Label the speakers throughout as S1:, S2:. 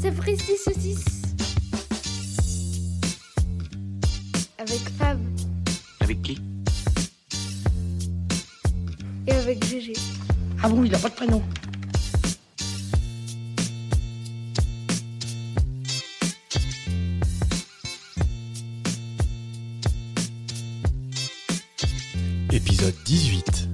S1: c'est Fristy Saucisse. Avec Fab
S2: Avec qui
S1: et avec Gégé.
S3: Ah bon, il n'a pas de prénom.
S4: Épisode 18.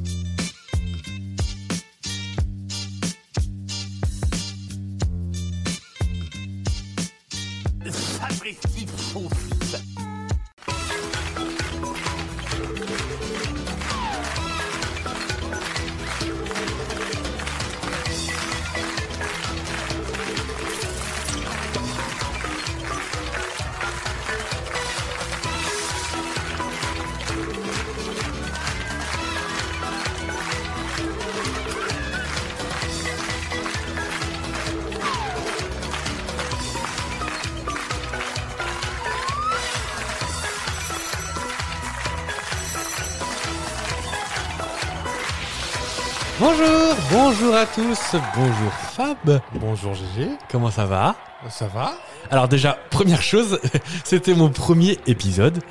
S4: Bonjour, bonjour à tous, bonjour Fab,
S5: Bonjour GG,
S4: comment ça va
S5: ça va
S4: Alors déjà, première chose, c'était mon premier épisode.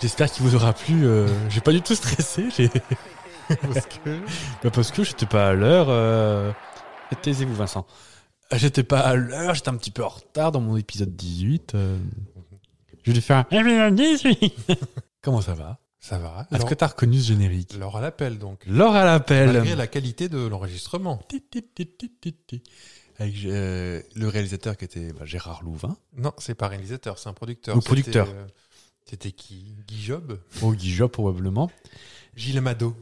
S4: J'espère qu'il vous aura plu. euh, j'ai pas du tout stressé, j'ai-
S5: Parce que
S4: bah parce que j'étais pas à l'heure. euh, Taisez-vous Vincent. J'étais pas à l'heure, j'étais un petit peu en retard dans mon épisode 18. euh, Je vais faire un épisode 18. Comment ça va
S5: ça va.
S4: Est-ce
S5: Alors,
S4: que t'as reconnu ce générique
S5: alors à l'appel donc.
S4: Laure à l'appel.
S5: Malgré la qualité de l'enregistrement.
S4: Ti, ti, ti, ti, ti, ti. Avec euh, le réalisateur qui était bah, Gérard Louvain.
S5: Non, c'est pas réalisateur, c'est un producteur.
S4: Ou
S5: C'était,
S4: producteur.
S5: euh, C'était qui Guy Job
S4: Oh, Guy Job, probablement.
S5: Gilles Amado.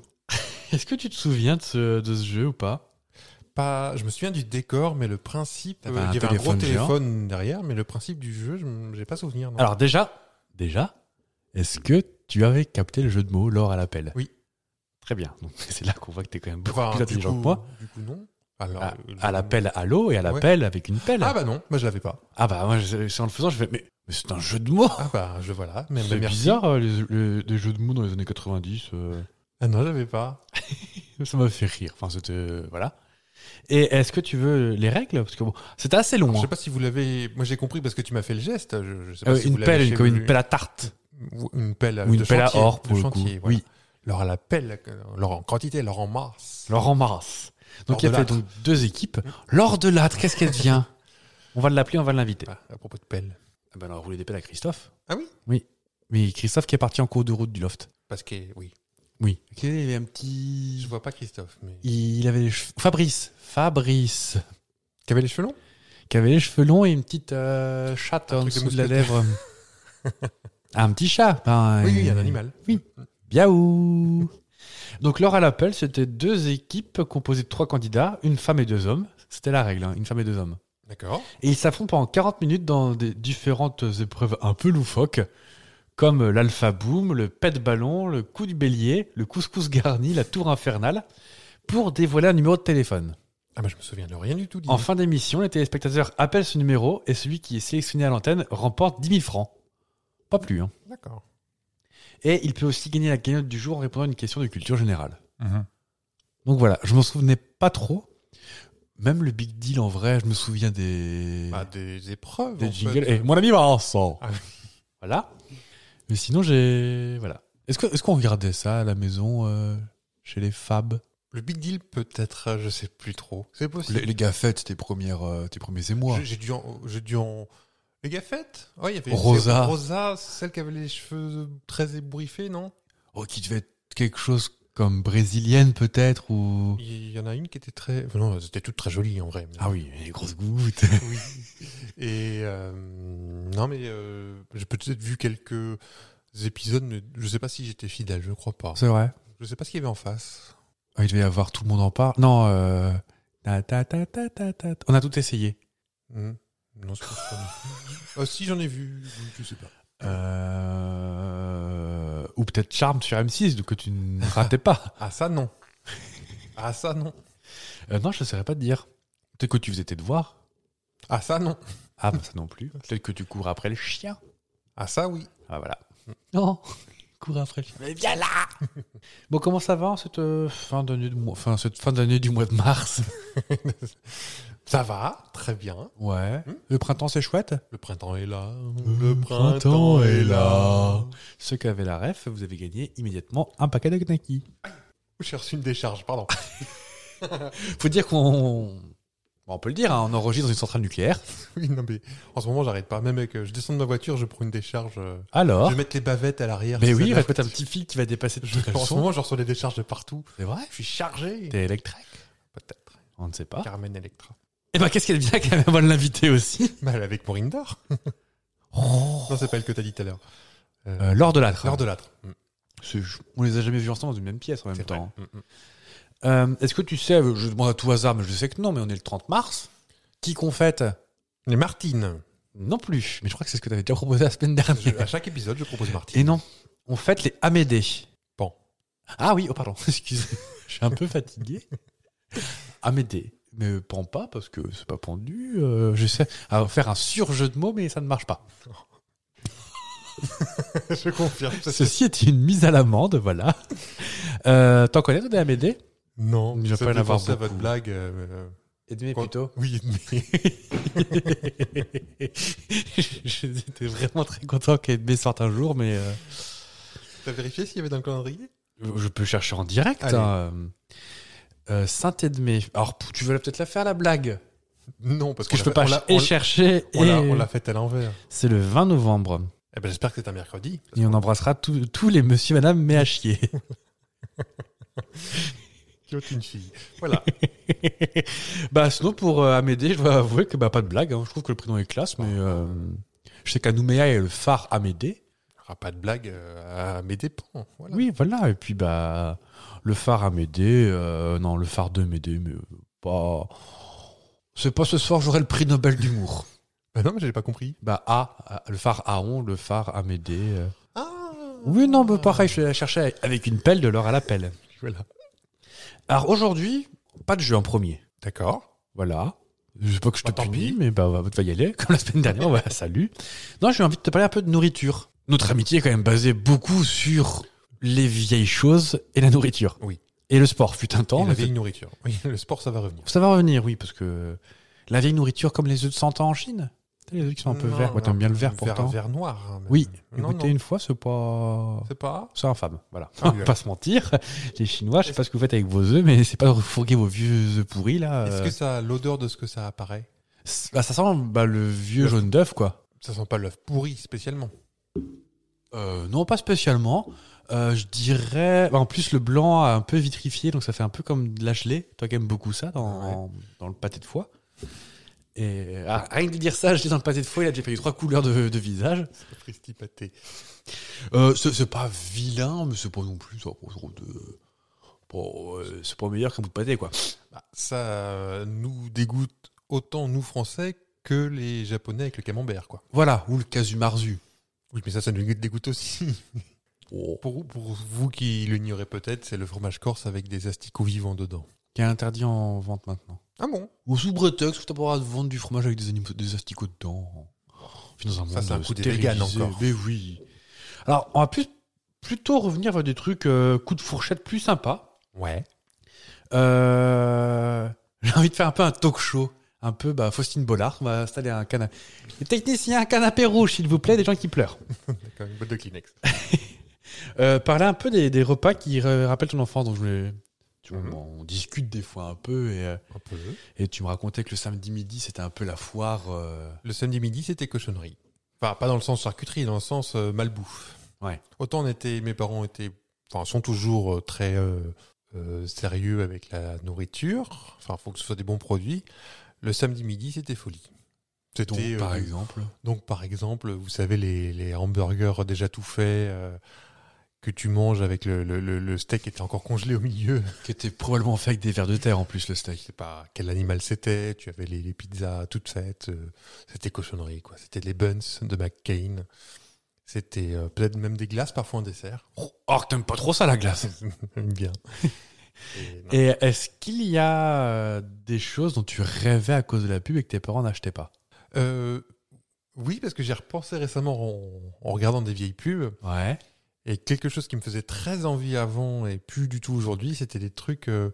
S4: Est-ce que tu te souviens de ce, de ce jeu ou pas
S5: Pas, je me souviens du décor, mais le principe.
S4: T'avais Eh
S5: euh,
S4: ben, un
S5: il y avait un gros
S4: téléphone géant.
S5: téléphone derrière, mais le principe du jeu, je m- j'ai pas souvenir. non.
S4: Alors déjà, déjà, est-ce que tu avais capté le jeu de mots lors à l'appel
S5: Oui.
S4: Très bien. Donc c'est là qu'on voit que t'es quand même beaucoup
S5: Enfin,
S4: plus
S5: du,
S4: intelligent
S5: coup,
S4: que moi.
S5: du coup, non. Alors,
S4: À,
S5: euh,
S4: Ah, à l'appel à l'eau et à l'appel avec une pelle.
S5: Ah bah non, moi je l'avais pas.
S4: Ah bah, moi, je- c'est en le faisant, je fais mais, mais c'est un jeu de mots.
S5: Ah bah je voilà. Mais
S4: Oh, c'est
S5: mais merci.
S4: bizarre euh, les, les- les jeux de mots dans les années 90. euh,
S5: Ah non, j'avais pas.
S4: ça m'a fait rire. Enfin c'était euh, voilà. Et est-ce que tu veux les règles Parce que bon, c'était assez long.
S5: Je sais
S4: hein.
S5: pas si vous l'avez. Moi j'ai compris parce que tu m'as fait le geste. Je, je sais pas
S4: Euh,
S5: si
S4: une
S5: vous l'avez
S4: pelle,
S5: chez
S4: une, comme
S5: vous.
S4: une pelle à tarte
S5: Ou une pelle, euh,
S4: ou une
S5: de
S4: pelle à
S5: chantier,
S4: or
S5: de
S4: pour le
S5: chantier,
S4: coup.
S5: voilà.
S4: Oui.
S5: Leur à la pelle, euh, leur en quantité, leur en masse.
S4: Laurent Maras. Donc
S5: Laure
S4: il y a fait
S5: Delattre.
S4: donc deux équipes. Laure de l'âtre, qu'est-ce qu'elle devient On va l'appeler, on va l'inviter.
S5: Ah, bah, à propos de pelle.
S4: Ah ben on a roulé des pelles à Christophe.
S5: Ah oui
S4: Oui. Mais Christophe qui est parti en cours de route du loft.
S5: Parce que, oui.
S4: Oui. Il avait un
S5: Je
S4: petit.
S5: vois pas Christophe, mais.
S4: Il avait les cheveux. Fabrice. Fabrice.
S5: Qui avait les cheveux longs
S4: Qui avait les cheveux longs et une petite euh, chatte
S5: Un
S4: en
S5: truc de
S4: dessous de la
S5: mousquetaire.
S4: lèvre. un petit chat. ben,
S5: Oui, oui,
S4: euh,
S5: un animal.
S4: oui. Biaou Donc Laure à l'appel, c'était deux équipes composées de trois candidats, une femme et deux hommes. C'était la règle, hein, une femme et deux hommes.
S5: D'accord.
S4: Et ils s'affrontent pendant 40 minutes dans des différentes épreuves un peu loufoques, comme l'alpha boom, le pet de ballon, le coup du bélier, le couscous garni, la tour infernale, pour dévoiler un numéro de téléphone.
S5: Ah, bah, je me souviens de rien du tout. dis
S4: En
S5: donc.
S4: fin d'émission, les téléspectateurs appellent ce numéro et celui qui est sélectionné à l'antenne remporte 10 000 francs. Pas plus. Hein.
S5: D'accord.
S4: Et il peut aussi gagner la cagnotte du jour en répondant à une question de culture générale.
S5: Mhm.
S4: Donc voilà, je m'en souvenais pas trop. Même le Big Deal en vrai, je me souviens des.
S5: Bah, des épreuves.
S4: Euh, Des
S5: en fait.
S4: jingles. Et mon ami Vincent.
S5: Ah.
S4: Voilà. Mais sinon, j'ai. Voilà. Est-ce que- est-ce qu'on regardait ça à la maison, euh, chez les Fab
S5: Le big deal, peut-être, euh, je sais plus trop. C'est possible.
S4: les, gars, faites tes, premières, euh, tes premiers émois.
S5: J'ai- J'ai dû en. J'ai dû en... Les gaffettes Ouais, il y avait
S4: Rosa.
S5: c'est Rosa, celle qui avait les cheveux très ébouriffés, non
S4: Oh, qui devait être quelque chose comme brésilienne, peut-être ou...
S5: Il y en a une qui était très. Enfin, non, c'était toutes très jolies en vrai. mais-
S4: Ah oui, les grosses gouttes.
S5: Oui. Et euh, non, mais euh, j'ai peut-être vu quelques épisodes, mais je sais pas si j'étais fidèle, je crois pas.
S4: C'est vrai.
S5: Je sais pas ce qu'il y avait en face.
S4: Ah, il devait y avoir tout le monde en part. Non, euh, ta, ta, ta, ta, ta, ta. on a tout essayé.
S5: Hmm. Non, c'est pas ça. Ah, si j'en ai vu, oui, je sais pas.
S4: Euh, Ou peut-être Charme sur M6, donc que tu ne ratais pas.
S5: Ah ça non. Ah ça non.
S4: Euh, non, je ne saurais pas te dire. Peut-être que tu faisais tes devoirs.
S5: Ah ça non.
S4: Ah, bah, ça non plus. Peut-être que tu cours après le chien.
S5: Ah ça oui.
S4: Ah, voilà. Non, cours après le chien. Mais viens là Bon, comment ça va en cette euh, fin d'année du mois, enfin, cette fin d'année du mois de mars
S5: Ça va, très bien.
S4: Ouais.
S5: Hmm
S4: Le printemps, c'est chouette.
S5: Le printemps est là.
S4: Le printemps est là. Ceux qui avaient la ref, vous avez gagné immédiatement un paquet de Gnaki.
S5: J'ai reçu une décharge, pardon.
S4: Faut dire qu'on. bon, on peut le dire, hein, on enregistre dans une centrale nucléaire.
S5: oui, non, mais en ce moment, j'arrête pas. Même avec, euh, je descends de ma voiture, je prends une décharge. euh,
S4: Alors.
S5: Je vais mettre les bavettes à l'arrière.
S4: Ah. Mais
S5: ça
S4: oui,
S5: donne-
S4: va être un petit fil qui va dépasser
S5: Je-
S4: toutes les
S5: en ce
S4: leçons.
S5: moment, je reçois des décharges de partout.
S4: C'est vrai
S5: Je suis chargé.
S4: T'es électrique
S5: Peut-être.
S4: On ne sait pas.
S5: Carmen Electra.
S4: Eh ben, qu'est-ce qu'elle vient quand même avant de l'inviter aussi
S5: Bah, elle est avec Morindar. Non, c'est pas elle que t'as dit tout à l'heure.
S4: Euh, Laure Oh. de l'âtre.
S5: L'heure de l'âtre. Mm,
S4: C'est- On les a jamais vus ensemble dans une même pièce en même
S5: c'est vrai.
S4: temps. hein.
S5: Mm, mm.
S4: Euh, Est-ce que tu sais, je demande à tout hasard, mais je sais que non, mais on est le 30 mars. Qui qu'on fête
S5: Les Martines.
S4: Non plus. Mais je crois que c'est ce que tu avais déjà proposé la semaine dernière.
S5: Je- à chaque épisode, je propose Martine.
S4: Et non, on fête les Amédées.
S5: Bon.
S4: Ah oui, oh pardon, excusez, je suis un peu fatigué. Amédée. Mais pend pas parce que c'est pas pendu. euh, J'essaie à faire un surjeu de mots, mais ça ne marche pas.
S5: je confirme. ça, c'est-
S4: Ceci est une mise à l'amende, voilà. Euh, T'en connais toi, des Amédées
S5: Non,
S4: Il va
S5: ça
S4: pas en
S5: me fait
S4: avoir
S5: penser à votre
S4: beaucoup.
S5: blague. euh, euh,
S4: Edmé
S5: quoi-
S4: plutôt.
S5: Oui, mais-
S4: J'étais vraiment très content qu'Edmé sorte un jour, mais euh,
S5: T'as vérifié s'il y avait dans le calendrier
S4: je peux chercher en direct.
S5: Allez.
S4: hein. Euh, Saint-Edmé. Alors, tu veux peut-être la faire la blague
S5: Non, parce
S4: Parce que
S5: qu'on
S4: je peux
S5: l'a fait-
S4: pas
S5: on l'a-
S4: et
S5: on l'a-
S4: chercher.
S5: on l'a-
S4: et-
S5: on l'a fait à l'envers.
S4: C'est le 20 novembre.
S5: Eh ben, j'espère que c'est un mercredi.
S4: Et on embrassera tous tous les monsieur, madame, mais à chier.
S5: Qui est une fille. Voilà.
S4: bah, sinon, pour euh, Amédée, je dois avouer que bah, pas de blague. hein. Je trouve que le prénom est classe, mais
S5: Bah.
S4: euh, je sais qu'à Nouméa, il y a le phare Amédée.
S5: Il y aura pas de blague euh, à mes dépens. Voilà.
S4: Oui, voilà. Et puis, bah, le phare Amédée, euh, non, le phare de Médée, mais euh, pas. C'est pas ce soir, j'aurai le prix Nobel d'humour.
S5: Bah non, mais j'avais pas compris.
S4: bah, A, A, le phare Aon, le phare Amédée. euh.
S5: Ah
S4: Oui, non, bah, pareil, je vais la chercher avec une pelle de l'or à la pelle.
S5: Voilà.
S4: Alors aujourd'hui, pas de jeu en premier.
S5: D'accord.
S4: Voilà. Je sais pas que je te
S5: Bah, tant
S4: punis,
S5: pis.
S4: mais bah, on va- tu vas y aller, comme la semaine dernière, on va salut. Non, j'ai envie de te parler un peu de nourriture. Notre amitié est quand même basée beaucoup sur les vieilles choses et la nourriture.
S5: Oui.
S4: Et le sport, fut un temps.
S5: Et la
S4: mais
S5: vieille nourriture. Oui, le sport, ça va revenir.
S4: Ça va revenir, oui, parce que la vieille nourriture, comme les œufs de 100 ans en Chine, Tu sais, les œufs qui sont un peu
S5: Non,
S4: verts. Moi,
S5: un
S4: t'aimes bien le vert
S5: Vert,
S4: pourtant.
S5: vert noir. hein, même.
S4: Oui, j'ai
S5: Non,
S4: goûté
S5: non.
S4: une fois, c'est pas.
S5: C'est pas.
S4: C'est infâme, voilà.
S5: Ah oui,
S4: on va
S5: ouais.
S4: pas se mentir. Les Chinois, je sais pas ce que vous faites avec vos œufs, mais c'est pas de refourguer vos vieux œufs pourris, là.
S5: Est-ce
S4: euh.
S5: que ça a l'odeur de ce que ça apparaît
S4: C'est- bah, ça sent bah, le vieux
S5: L'œuf.
S4: jaune d'œuf, quoi.
S5: Ça sent pas l'œuf pourri spécialement.
S4: Euh, non, pas spécialement. Euh, je dirais. bah, en plus, le blanc a un peu vitrifié, donc ça fait un peu comme de la gelée. Toi qui aimes beaucoup ça dans, dans le pâté de foie. Et ah, rien que de dire ça, je dis dans le pâté de foie, il a déjà eu trois couleurs de, de visage.
S5: C'est fristi pâté.
S4: Euh, c'est c'est pas vilain, mais c'est pas non plus. ça, pas trop de- bon, euh, c'est pas meilleur qu'un bout de pâté, quoi.
S5: Bah, ça euh, nous dégoûte autant nous Français que les Japonais avec le camembert, quoi.
S4: Voilà, ou le casumarzu.
S5: Oui, mais ça, ça nous dégoûte aussi.
S4: Oh.
S5: Pour, pour vous qui l'ignorez peut-être, c'est le fromage corse avec des asticots vivants dedans.
S4: Qui est interdit en vente maintenant.
S5: Ah bon
S4: Ou sous prétexte que t'as pas le droit de vendre du fromage avec des, animaux, des asticots dedans. On vit dans un
S5: Ça,
S4: monde
S5: c'est un
S4: euh,
S5: coup des
S4: stérilisé.
S5: véganes encore.
S4: Mais oui. Alors, on va plus, plutôt revenir vers des trucs euh, coup de fourchette plus sympa.
S5: Ouais.
S4: Euh, J'ai envie de faire un peu un talk show. Un peu bah, Faustine Bollard. On va installer un canapé. Les techniciens, un canapé rouge, s'il vous plaît, des gens qui pleurent.
S5: D'accord, une boîte de Kleenex.
S4: Euh, parler un peu des, des repas qui euh, rappellent ton enfance. Donc, je voulais- tu vois,
S5: Mhm.
S4: on discute des fois un peu. Et, euh,
S5: Un peu.
S4: et tu me racontais que le samedi midi, c'était un peu la foire. euh,
S5: Le samedi midi, c'était cochonnerie. Enfin, pas dans le sens charcuterie, dans le sens euh, malbouffe.
S4: Ouais.
S5: Autant on était, mes parents étaient, enfin, sont toujours euh, très euh, euh, sérieux avec la nourriture. Enfin, faut que ce soit des bons produits. Le samedi midi, c'était folie.
S4: dont,
S5: C'était
S4: par
S5: euh,
S4: exemple.
S5: Donc, par exemple, vous savez, les, les hamburgers déjà tout faits euh, que tu manges avec le, le- le- le steak qui était encore congelé au milieu.
S4: Qui était probablement fait avec des vers de terre en plus, le
S5: Je
S4: steak.
S5: sais pas quel animal c'était. Tu avais les, les pizzas toutes faites. euh, c'était cochonnerie, quoi. C'était les buns de McCain. C'était euh, peut-être même des glaces, parfois un dessert.
S4: Oh, or, t'aimes pas trop ça, la glace.
S5: J'aime Bien. Et non.
S4: Et est-ce qu'il y a euh, des choses dont tu rêvais à cause de la pub et que tes parents n'achetaient pas
S5: Euh, oui, parce que j'ai repensé récemment en, en regardant des vieilles pubs.
S4: Ouais.
S5: Et quelque chose qui me faisait très envie avant et plus du tout aujourd'hui, c'était des trucs euh,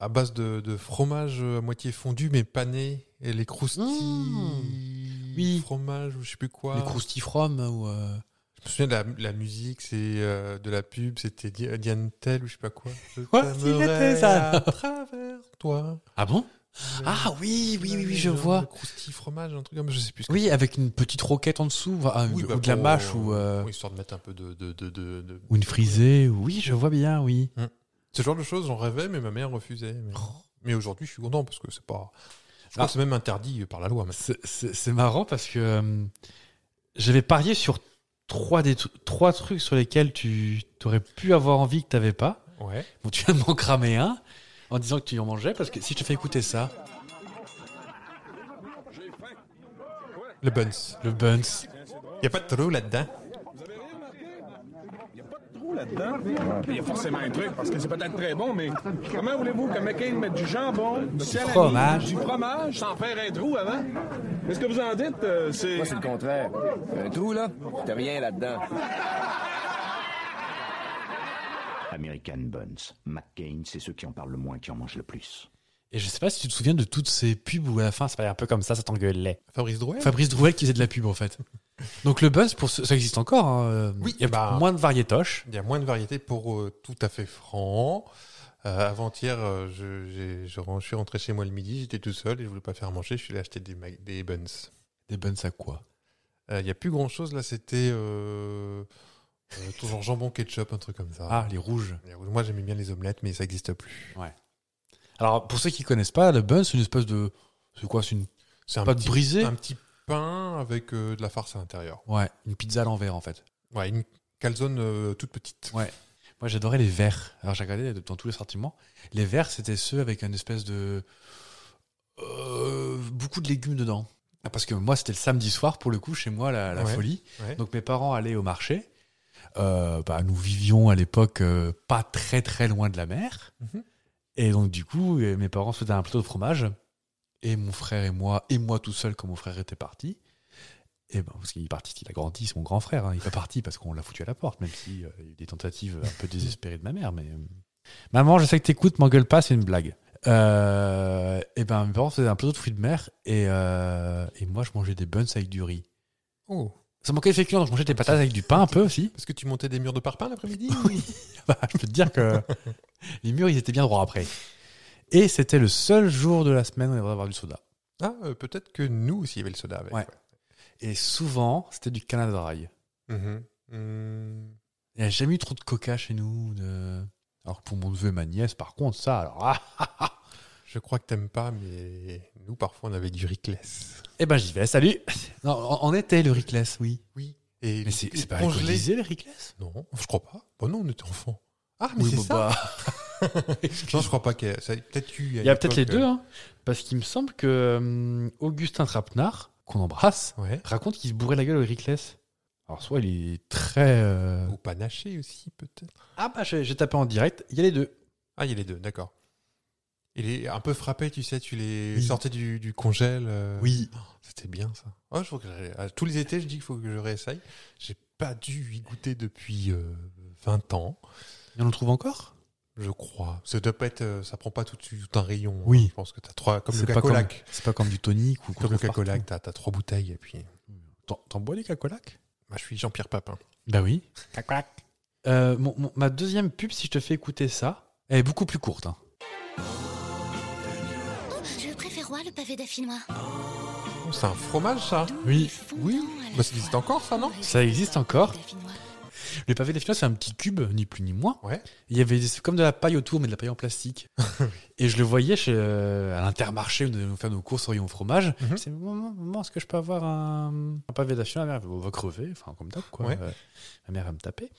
S5: à base de, de fromage à moitié fondu, mais pané, et les croustilles.
S4: Mmh. Oui.
S5: Fromage ou je sais plus quoi.
S4: Les croustilles from ou. euh,
S5: Je me souviens de la, la musique, c'est euh, de la pub, c'était Di- Diane Tell ou je sais pas quoi. Je
S4: Ouais, c'est
S5: t'aimerais
S4: l'été, ça.
S5: à travers toi.
S4: Ah bon Ah oui, oui, oui, oui, je
S5: Le
S4: vois.
S5: Croustille fromage, un truc comme je sais plus. ce que
S4: Oui, avec une petite roquette en dessous, ah,
S5: Oui,
S4: ou
S5: bah,
S4: de la
S5: pour-
S4: mâche, ou, euh,
S5: Oui, histoire de mettre un peu de. de, de, de- de-
S4: ou une frisée. Oui, je vois bien, oui.
S5: Ce genre de choses, j'en rêvais, mais ma mère refusait. Mais, mais aujourd'hui, je suis content parce que c'est pas. Je crois
S4: Oh. Ah.
S5: que c'est même interdit par la loi. maintenant.
S4: C'est- C'est c'est marrant parce que euh, j'avais parié sur trois, des, tru- trois trucs sur lesquels tu aurais pu avoir envie que tu n'avais pas.
S5: Ouais.
S4: Bon, tu viens de m'en cramer un en disant que tu en mangeais parce que si je te fais écouter ça,
S5: Le buns.
S4: le buns.
S5: Il y a pas de trou là-dedans.
S2: trou là-dedans. Il y a forcément un truc, parce que c'est peut-être très bon, mais comment voulez-vous que McCain mette du jambon, du salami,
S4: fromage.
S2: du fromage sans faire un trou avant? Mais ce que vous en dites, euh, c'est...
S6: Moi, c'est le contraire. Un trou, là, t'as rien là-dedans.
S7: American Buns. McCain, c'est ceux qui en parlent le moins qui en mangent le plus.
S4: Et je sais pas si tu te souviens de toutes ces pubs où à la fin ça parlait un peu comme ça, ça t'engueulait.
S5: Fabrice Drouet.
S4: Fabrice Drouel qui faisait de la pub en fait. Donc le buzz, pour ce- ça existe encore. hein.
S5: Oui,
S4: il y a
S5: bah-
S4: moins de variétoches.
S5: Il y a moins de variétés pour euh, tout à fait franc. Euh, Avant-hier, euh, je, j'ai- je ren- je suis rentré chez moi le midi, j'étais tout seul et je voulais pas faire manger, je suis allé acheter des, ma- des buns. Euh,
S4: Des buns à quoi
S5: Il y a plus grand-chose, là c'était euh, euh, toujours jambon ketchup, un truc comme ça.
S4: Ah, les rouges.
S5: Et euh, Moi j'aimais bien les omelettes, mais ça n'existe plus.
S4: Alors pour ceux qui connaissent pas, le buzz c'est une espèce de. C'est quoi C'est une.
S5: C'est un,
S4: Pas de
S5: petit-
S4: brisé
S5: un petit pain avec euh, de la farce à l'intérieur.
S4: Ouais, une pizza à l'envers en fait.
S5: Ouais, une calzone euh, toute petite.
S4: Ouais. Moi j'adorais les verts. Alors j'ai regardé dans tous les sortiments. Les verts c'était ceux avec une espèce de. euh, beaucoup de légumes dedans. Ah, Parce que moi c'était le samedi soir pour le coup chez moi la, la
S5: Ouais.
S4: folie.
S5: Ouais.
S4: Donc mes parents allaient au marché. Euh, bah, nous vivions à l'époque euh, pas très très loin de la mer.
S5: Mhm.
S4: Et donc du coup, euh, mes parents se faisaient un plateau de fromage. Et mon frère et moi, et moi tout seul, quand mon frère était parti, et ben, parce qu'il est parti, il a grandi, c'est mon grand frère, hein, il est pas parti parce qu'on l'a foutu à la porte, même si euh, il y a eu des tentatives un peu désespérées de ma mère. Mais euh, Maman, je sais que t'écoutes, m'engueule pas, c'est une blague. Euh, et ben mes parents faisaient un plateau de fruits de mer, et, euh, et moi je mangeais des buns avec du riz.
S5: Oh.
S4: Ça manquait de féculents, donc je mangeais des patates avec du pain un peu aussi.
S5: Parce que tu montais des murs de parpaing l'après-midi
S4: Oui. Bah, je peux te dire que les murs, ils étaient bien droits après. Et c'était le seul jour de la semaine où on avait le droit d'avoir du soda.
S5: Ah, euh, peut-être que nous aussi il y avait le soda avec.
S4: Ouais. Et souvent, c'était du Canada Dry.
S5: Mhm. Mhm.
S4: Il n'y a jamais eu trop de coca chez nous. De... Alors que pour mon neveu et ma nièce, par contre, ça, alors. Ah, ah, ah.
S5: Je crois que t'aimes pas, mais nous, parfois, on avait du Rickless.
S4: Eh ben, j'y vais, salut Non, en, en été, le Rickless, oui.
S5: Oui. Et
S4: Mais c'est
S5: et
S4: c'est pas
S5: congelé.
S4: alcoolisé, le Rickless
S5: Non, je crois pas. Bon, non, on était enfant. Ah, mais c'est ça.
S4: bah,
S5: Non, je crois pas qu'il y a. ça- Peut-être eu à
S4: Il y a peut-être les
S5: l'époque,
S4: deux, hein. Parce qu'il me semble que euh, Augustin Trapenard, qu'on embrasse,
S5: euh, Ouais.
S4: raconte qu'il se bourrait la gueule au Rickless. Alors, soit il est très. euh,
S5: Ou panaché aussi, peut-être.
S4: Ah, bah, j'ai j'ai tapé en direct, il y a les deux.
S5: Ah, il y a les deux, d'accord. Il est un peu frappé, tu sais, tu les
S4: Oui.
S5: sortais du, du congèle. euh,
S4: Oui.
S5: C'était bien, ça. Oh, je crois que j'ai- à tous les étés, je dis qu'il faut que je réessaye. J'ai pas dû y goûter depuis euh, 20 ans,
S4: Et on le trouve encore
S5: je crois. Ça doit pas être. euh, Ça prend pas tout, de suite tout un rayon. hein.
S4: Oui.
S5: Je pense que t'as trois. Comme le
S4: C'est pas comme,
S5: cacolac.
S4: c'est pas comme du tonic ou qu'on
S5: Comme le
S4: trouve partout.
S5: cacolac, t'as t'as trois bouteilles et puis.
S4: T'en t'en bois du cacolac
S5: Bah, je suis Jean-Pierre Papin.
S4: Bah oui. Euh, mon- mon- ma deuxième pub, si je te fais écouter ça, elle est beaucoup plus courte. hein.
S8: Je préfère roi le pavé dauphinois.
S5: Oh, c'est un fromage, ça
S4: Oui.
S5: Oui. Bah, ça existe encore, ça, non
S4: Ça existe encore. Le pavé des finales, c'est un petit cube, ni plus ni moins.
S5: Ouais.
S4: Il y avait des- comme de la paille autour, mais de la paille en plastique. et je le voyais chez, euh, à l'intermarché où nous allions faire nos courses au rayon fromage.
S5: Mhm.
S4: Je disais, maman, maman, est-ce que je peux avoir un, un pavé d'achat Ma mère, on va crever, enfin, comme d'hab, quoi.
S5: Ouais.
S4: Euh, ma mère va me taper.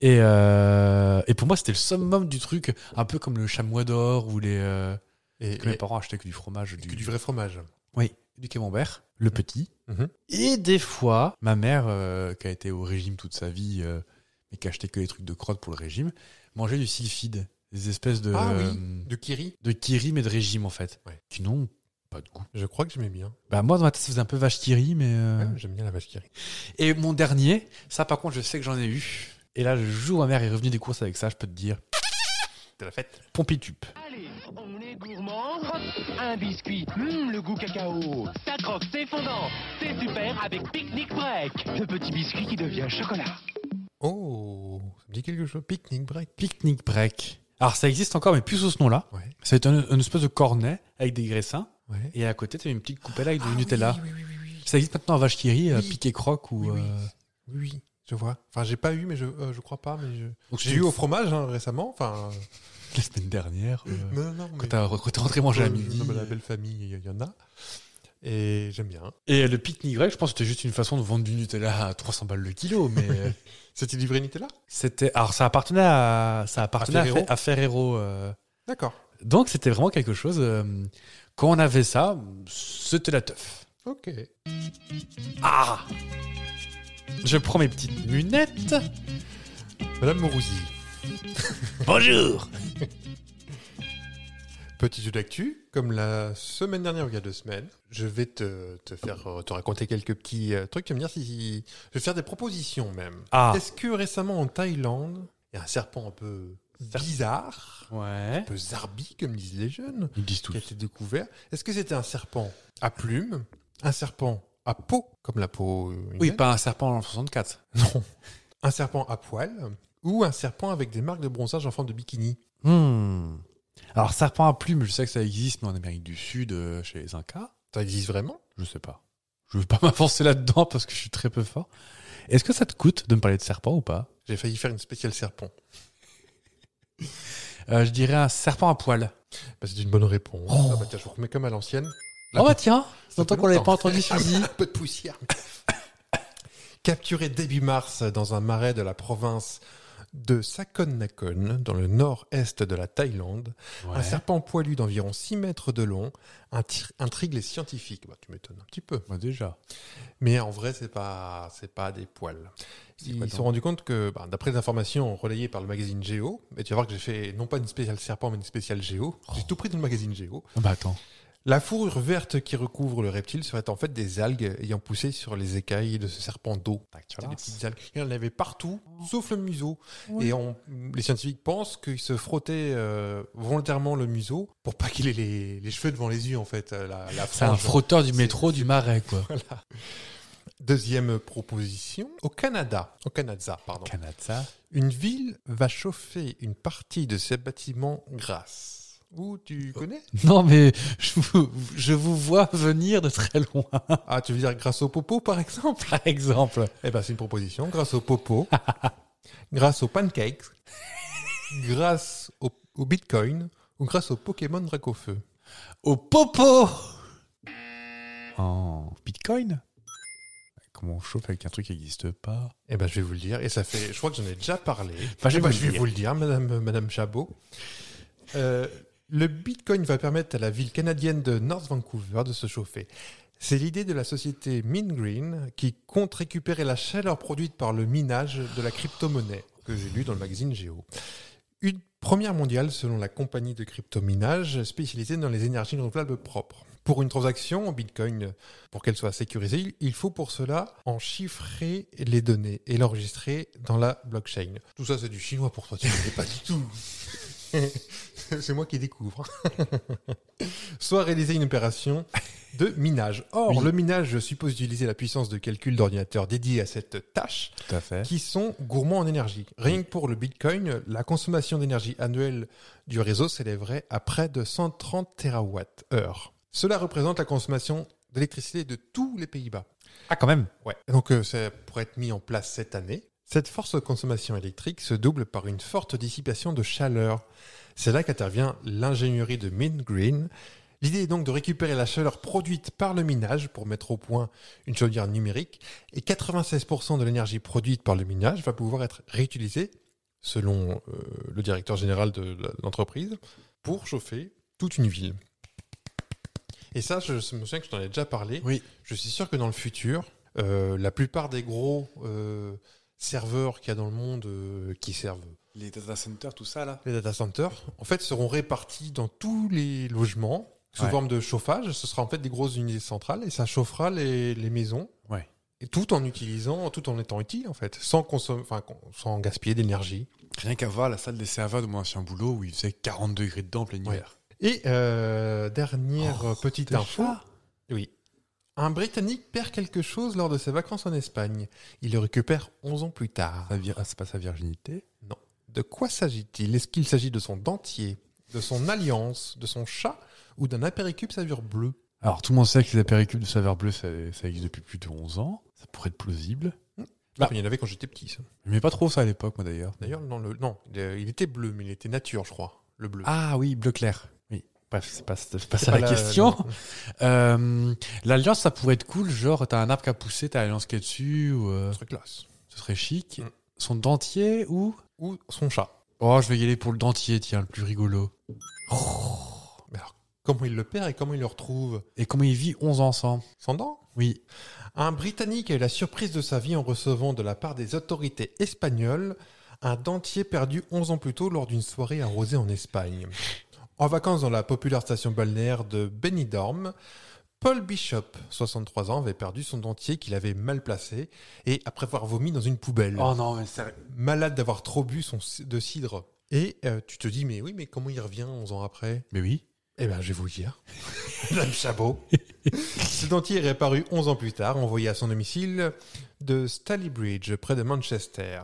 S4: Et, euh, et pour moi, c'était le summum du truc, un peu comme le chamois d'or ou les. euh,
S5: Et,
S4: que mes
S5: et-
S4: parents achetaient que du fromage,
S5: que du vrai fromage.
S4: oui, du camembert, le petit.
S5: Mhm.
S4: Et des fois, ma mère, euh, qui a été au régime toute sa vie, euh, mais qui achetait que les trucs de crotte pour le régime, mangeait du sylphide, des espèces de,
S5: Ah oui.
S4: euh,
S5: De kiri
S4: de kiri, mais de régime en fait,
S5: Ouais.
S4: qui n'ont pas de goût.
S5: Je crois que j'aimais bien.
S4: Bah, moi, dans ma tête, ça faisait un peu vache kiri, mais. euh,
S5: Ouais, J'aime bien la vache kiri.
S4: Et mon dernier, ça par contre, je sais que j'en ai eu. Et là, le jour où ma mère est revenue des courses avec ça, je peux te dire,
S5: De la fête.
S4: Pompitupe.
S9: On est gourmand. Hop, un biscuit. Hum, le goût cacao. Ça croque, c'est fondant. C'est super avec Picnic Break. Le petit biscuit qui devient chocolat.
S5: Oh, ça me dit quelque chose. Picnic break.
S4: Picnic break. Alors ça existe encore, mais plus sous ce nom-là.
S5: Ouais.
S4: C'est un, une espèce de cornet avec des graissins.
S5: Ouais.
S4: Et à côté, t'avais une petite coupelle avec du
S5: Ah oui,
S4: Nutella.
S5: Oui, oui, oui, oui.
S4: Ça existe maintenant à vache qui rit, euh,
S5: Oui.
S4: piqué croque ou.
S5: Oui, oui.
S4: euh,
S5: Oui, oui, je vois. Enfin, j'ai pas eu, mais je, euh, je crois pas. Mais je...
S4: Donc,
S5: J'ai
S4: c'est
S5: eu
S4: une-
S5: au fromage hein, récemment. Enfin, euh,
S4: La semaine dernière. euh,
S5: non, non, non.
S4: Quand
S5: mais-
S4: t'as re- quand t'es rentré manger à
S5: Euh,
S4: midi.
S5: non, mais la belle famille, il y en a. Et j'aime bien. hein.
S4: Et le pique-nique grec, je pense que c'était juste une façon de vendre du Nutella à 300 balles le kilo, mais euh,
S5: C'était livré Nutella
S4: c'était. Alors ça appartenait à ça appartenait à
S5: Ferrero
S4: Fe- à Ferrero. euh.
S5: D'accord.
S4: Donc c'était vraiment quelque chose. euh, Quand on avait ça, c'était la teuf.
S5: Ok.
S4: Ah Je prends mes petites lunettes.
S5: Madame Mourouzi,
S4: Bonjour
S5: petit jeu d'actu. Comme la semaine dernière ou il y a deux semaines, je vais te, te faire euh, te raconter quelques petits euh, trucs. Tu vas me dire si, si- Je vais faire des propositions même.
S4: Ah
S5: Est-ce que récemment en Thaïlande, il y a un serpent un peu bizarre,
S4: Ouais.
S5: un peu zarbi comme disent les jeunes,
S4: Ils disent
S5: qui a été découvert. Est-ce que c'était un serpent à plumes, un serpent à peau, comme la peau humaine
S4: Oui, pas un serpent en 64.
S5: Non. Un serpent à poil ou un serpent avec des marques de bronzage en forme de bikini
S4: Hmm. Alors serpent à plumes, je sais que ça existe, mais en Amérique du Sud, euh, chez les Incas.
S5: Ça existe vraiment
S4: Je sais pas. Je veux pas m'avancer là-dedans parce que je suis très peu fort. Est-ce que ça te coûte de me parler de serpent ou pas
S5: J'ai failli faire une spéciale serpent.
S4: Euh, Je dirais un serpent à poil.
S5: Bah, c'est une bonne réponse.
S4: Oh.
S5: Ah bah tiens, je vous remets comme à l'ancienne.
S4: oh bah tiens, c'est longtemps
S5: fait
S4: qu'on l'avait
S5: longtemps.
S4: pas entendu Suzy.
S5: Un peu de poussière. Capturé début mars dans un marais de la province de Sakon Nakhon, dans le nord-est de la Thaïlande, Un serpent poilu d'environ 6 mètres de long intri- intrigue les scientifiques. Bah, tu m'étonnes un petit peu.
S4: Bah, déjà.
S5: Mais en vrai, c'est pas, c'est pas des poils.
S4: C'est quoi
S5: Ils se sont
S4: donc
S5: rendus compte que, bah, d'après les informations relayées par le magazine Géo, et tu vas voir que j'ai fait non pas une spéciale serpent, mais une spéciale Géo.
S4: Oh.
S5: J'ai tout pris dans le magazine Géo.
S4: Ah Bah attends.
S5: La fourrure verte qui recouvre le reptile serait en fait des algues ayant poussé sur les écailles de ce serpent d'eau. Il y a des petites algues. Il y en avait partout,
S4: Oh.
S5: sauf le museau. Et on- les scientifiques pensent qu'ils se frottaient euh, volontairement le museau pour pas qu'il ait les, les cheveux devant les yeux, en fait. euh, La, la
S4: C'est un
S5: frange.
S4: frotteur du
S5: c'est-
S4: métro du marais quoi.
S5: Deuxième proposition, au Canada, au Canada, pardon.
S4: Canada.
S5: Une ville va chauffer une partie de ses bâtiments grâce. Ou
S4: Euh,
S5: tu connais
S4: Non mais je vous, je vous vois venir de très loin
S5: Ah, tu veux dire grâce au popo, par exemple
S4: par exemple.
S5: Eh ben, c'est une proposition. Grâce au popo, grâce aux pancakes, grâce au, au bitcoin ou grâce au Pokémon Dracofeu.
S4: Au popo En bitcoin Comment on chauffe avec un truc qui n'existe pas
S5: Eh ben, je vais vous le dire. Et ça fait, je crois que j'en ai déjà parlé.
S4: Bah, je vais
S5: Eh ben,
S4: vous
S5: je
S4: le
S5: vais
S4: dire.
S5: vous le dire, madame, euh, madame Chabot. Euh, le bitcoin va permettre à la ville canadienne de North Vancouver de se chauffer. C'est l'idée de la société Mine Green qui compte récupérer la chaleur produite par le minage de la crypto-monnaie que j'ai lu dans le magazine Géo. Une première mondiale selon la compagnie de crypto-minage spécialisée dans les énergies renouvelables propres. Pour une transaction en bitcoin, pour qu'elle soit sécurisée, il- il faut pour cela en chiffrer les données et l'enregistrer dans la blockchain. Tout ça, c'est du chinois pour toi, tu ne sais pas du tout. c'est moi qui découvre. soit réaliser une opération de minage. Or,
S4: Oui.
S5: le minage suppose utiliser la puissance de calcul d'ordinateur dédiée à cette tâche
S4: Tout à fait.
S5: qui sont gourmands en énergie. Rien que pour le Bitcoin, la consommation d'énergie annuelle du réseau s'élèverait à près de 130 TWh. Cela représente la consommation d'électricité de tous les Pays-Bas.
S4: Ah quand même
S5: Ouais. Donc euh, ça pourrait être mis en place cette année. Cette force de consommation électrique se double par une forte dissipation de chaleur. C'est là qu'intervient l'ingénierie de Mint Green. L'idée est donc de récupérer la chaleur produite par le minage pour mettre au point une chaudière numérique et 96% de l'énergie produite par le minage va pouvoir être réutilisée, selon euh, le directeur général de la- l'entreprise, pour chauffer toute une ville. Et ça, je me souviens que je t'en ai déjà parlé.
S4: Oui.
S5: Je suis sûr que dans le futur, euh, la plupart des gros euh, serveurs qu'il y a dans le monde euh, qui servent
S4: Les data centers, tout ça là
S5: les data centers, en fait, seront répartis dans tous les logements sous
S4: Ouais.
S5: forme de chauffage. Ce sera en fait des grosses unités centrales et ça chauffera les, les maisons.
S4: Ouais.
S5: Et tout en utilisant, tout en étant utile en fait, sans consom- enfin, con- sans gaspiller d'énergie.
S4: Rien qu'à voir la salle des serveurs de mon ancien boulot où il faisait 40 degrés dedans en plein
S5: Ouais. Et euh, dernière
S4: Oh,
S5: petite
S4: déjà
S5: info. Oui. Un Britannique perd quelque chose lors de ses vacances en Espagne. Il le récupère 11 ans plus tard.
S10: c'est pas sa virginité.
S5: De quoi s'agit-il Est-ce qu'il s'agit de son dentier, de son alliance, de son chat ou d'un apéricube savure bleue
S4: Alors, tout le monde sait que les apéricubes de saveur bleue, ça, ça existe depuis plus de 11 ans. Ça pourrait être plausible. Bah.
S5: Il y en avait quand j'étais petit, ça.
S4: Mais pas trop ça à l'époque, moi d'ailleurs.
S5: D'ailleurs, non, le, non, euh, il était bleu, mais il était nature, je crois, le bleu.
S4: Ah oui, bleu clair. Oui. Bref, c'est pas, c'est pas
S5: C'est
S4: ça
S5: pas
S4: la, question. Euh, l'alliance, ça pourrait être cool. Genre, t'as un arbre qui a poussé, t'as l'alliance qui est dessus, ou euh,
S5: Ce serait classe.
S4: ce serait chic.
S5: Mm.
S4: Son dentier ou.
S5: Ou son chat.
S4: Oh, je vais y aller pour le dentier, tiens, le plus rigolo.
S5: Mais alors, comment il le perd et comment il le retrouve
S4: Et comment ils vivent 11 ans ensemble
S5: Sans dents
S4: Oui.
S5: Un Britannique a eu la surprise de sa vie en recevant de la part des autorités espagnoles un dentier perdu 11 ans plus tôt lors d'une soirée arrosée en Espagne. En vacances dans la populaire station balnéaire de Benidorm, Paul Bishop, 63 ans, avait perdu son dentier qu'il avait mal placé et après avoir vomi dans une poubelle.
S4: Oh non, mais sérieux.
S5: Malade d'avoir trop bu son ci- de cidre. Et euh, tu te dis, mais oui, mais comment il revient 11 ans après
S4: Mais oui.
S5: eh bien, je vais vous le dire. Madame Chabot. Ce dentier est réapparu 11 ans plus tard, envoyé à son domicile de Stalybridge, près de Manchester.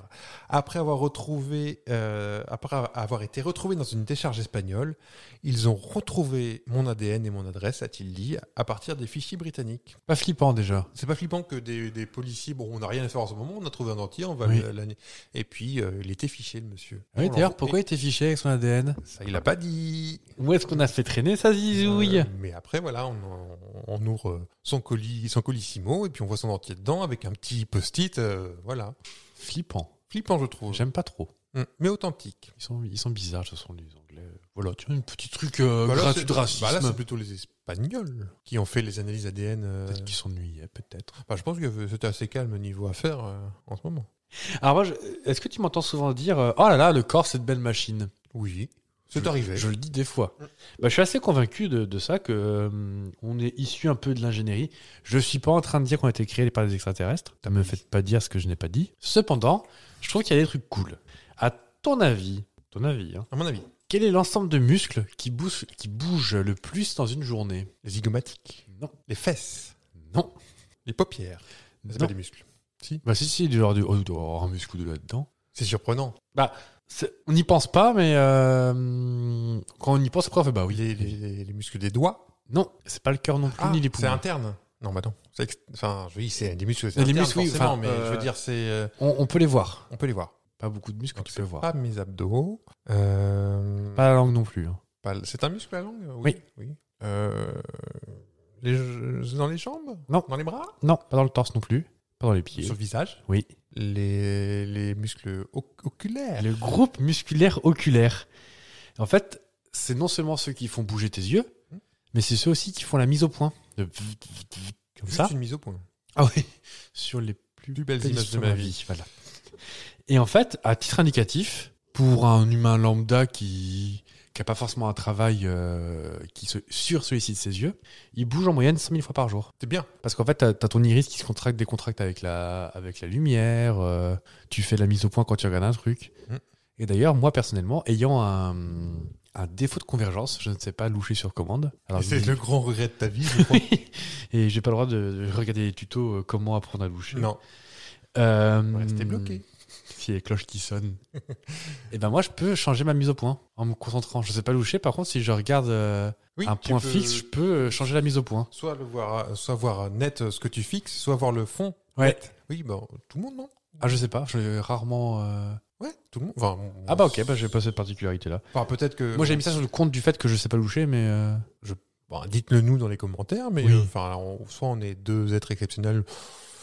S5: Après avoir, retrouvé, euh, après avoir été retrouvé dans une décharge espagnole, ils ont retrouvé mon ADN et mon adresse, a-t-il dit, à partir des fichiers britanniques.
S4: Pas flippant déjà.
S5: C'est pas flippant que des, des policiers, bon, on n'a rien à faire en ce moment, on a trouvé un dentier, on va
S4: Oui.
S5: le- l'année. Et puis, euh, il était fiché, le monsieur.
S4: Ah Oui,
S5: On
S4: d'ailleurs,
S5: l'envoie-
S4: pourquoi il était fiché avec son ADN
S5: Et Ça, il l'a pas dit.
S4: Où est-ce qu'on a fait traîner sa zizouille
S5: Euh, mais après, voilà, on, on ouvre son colis, son colissimo, et puis on voit son entier dedans avec un petit post-it, euh, voilà.
S4: Flippant.
S5: Flippant, je trouve.
S4: J'aime pas trop.
S5: Mm, Mais authentique.
S4: Ils sont, ils sont bizarres, ce sont les Anglais. Voilà, tu vois, un petit truc euh,
S5: Voilà,
S4: gratuit
S5: c'est-
S4: de racisme.
S5: bah là, c'est plutôt les Espagnols qui ont fait les analyses ADN. euh,
S4: Peut-être qu'ils s'ennuyaient, peut-être.
S5: bah, je pense que c'était assez calme niveau affaires euh, en ce moment.
S4: Alors, moi, je- est-ce que tu m'entends souvent dire euh, Oh là là, le corps, c'est de belles machines
S5: Oui, c'est
S4: Je-
S5: arrivé.
S4: Je le dis des fois. Bah, je suis assez convaincu de, de ça, que euh, on est issu un peu de l'ingénierie. Je suis pas en train de dire qu'on a été créé par des extraterrestres. Ne me faites pas dire ce que je n'ai pas dit. Cependant, je trouve qu'il y a des trucs cool. À ton avis, ton avis, hein,
S5: À mon avis,
S4: quel est l'ensemble de muscles qui bouge, qui bouge le plus dans une journée
S5: les zygomatiques,
S4: Non.
S5: les fesses,
S4: Non.
S5: les paupières. C'est pas
S4: Non.
S5: des muscles.
S4: Bah si, si, du genre du... Oh, il doit avoir un muscle de là-dedans.
S5: C'est surprenant.
S4: C'est- On n'y pense pas, mais euh, quand on y pense, après, on fait bah oui.
S5: Les, les- les- les muscles des doigts.
S4: Non, c'est pas le cœur non plus,
S5: Ah,
S4: ni les
S5: c'est
S4: poumons.
S5: interne. Non, bah non. C'est ex- Enfin, je dis, c'est des muscles. c'est
S4: Les
S5: interne,
S4: muscles, oui,
S5: forcément,
S4: enfin,
S5: mais
S4: euh,
S5: je veux dire, c'est. euh,
S4: On, on peut les voir.
S5: On peut les voir.
S4: Pas beaucoup de muscles,
S5: Donc,
S4: tu
S5: c'est
S4: peux les voir.
S5: pas mes abdos. Euh,
S4: Pas la langue non plus. hein.
S5: pas le- C'est un muscle la langue
S4: Oui.
S5: oui. Euh, les je- Dans les jambes
S4: Non.
S5: Dans les bras
S4: Non, pas dans le torse non plus. Pas dans les pieds.
S5: Sur le visage
S4: Oui.
S5: les, les muscles oc- oculaires
S4: Le groupe musculaire oculaire. En fait, c'est non seulement ceux qui font bouger tes yeux,
S5: Hmm.
S4: mais c'est ceux aussi qui font la mise au point. De- Comme
S5: Juste
S4: ça.
S5: une mise au point.
S4: Ah oui. Sur les plus,
S5: Plus belles images de ma vie.
S4: Voilà. Et en fait, à titre indicatif, pour un humain lambda qui n'a pas forcément un travail euh, qui se sur-sollicite ses yeux, il bouge en moyenne 5000 fois par jour.
S5: C'est bien.
S4: Parce qu'en fait, t'as as ton iris qui se contracte, décontracte avec la, avec la lumière. euh, tu fais la mise au point quand tu regardes un truc.
S5: Mm.
S4: Et d'ailleurs, moi personnellement, ayant un, un défaut de convergence, je ne sais pas loucher sur commande. Alors,
S5: Et C'est
S4: je-
S5: le grand regret de ta vie, je crois.
S4: Et j'ai pas le droit de de regarder les tutos euh, comment apprendre à loucher.
S5: non,
S4: Euh,
S5: on va rester bloqué.
S4: Si les cloches qui sonnent. et ben moi, je peux changer ma mise au point en me concentrant. Je sais pas loucher. Par contre, si je regarde euh,
S5: Oui,
S4: un
S5: tu
S4: point
S5: peux
S4: fixe, je peux euh, changer la mise au point.
S5: Soit, le voir, soit voir net euh, ce que tu fixes, soit voir le fond.
S4: Ouais.
S5: Oui, ben, tout le monde, non
S4: Ah, je sais pas. Je rarement. euh,
S5: Ouais, tout le monde. Enfin, on-
S4: Ah bah ok, bah j'ai pas cette particularité là.
S5: Enfin, peut-être que.
S4: Moi j'ai mis ça sur le compte du fait que je sais pas loucher, mais euh,
S5: Bon, dites-le nous dans les commentaires, mais
S4: Oui.
S5: euh, enfin, on- soit on est deux êtres exceptionnels,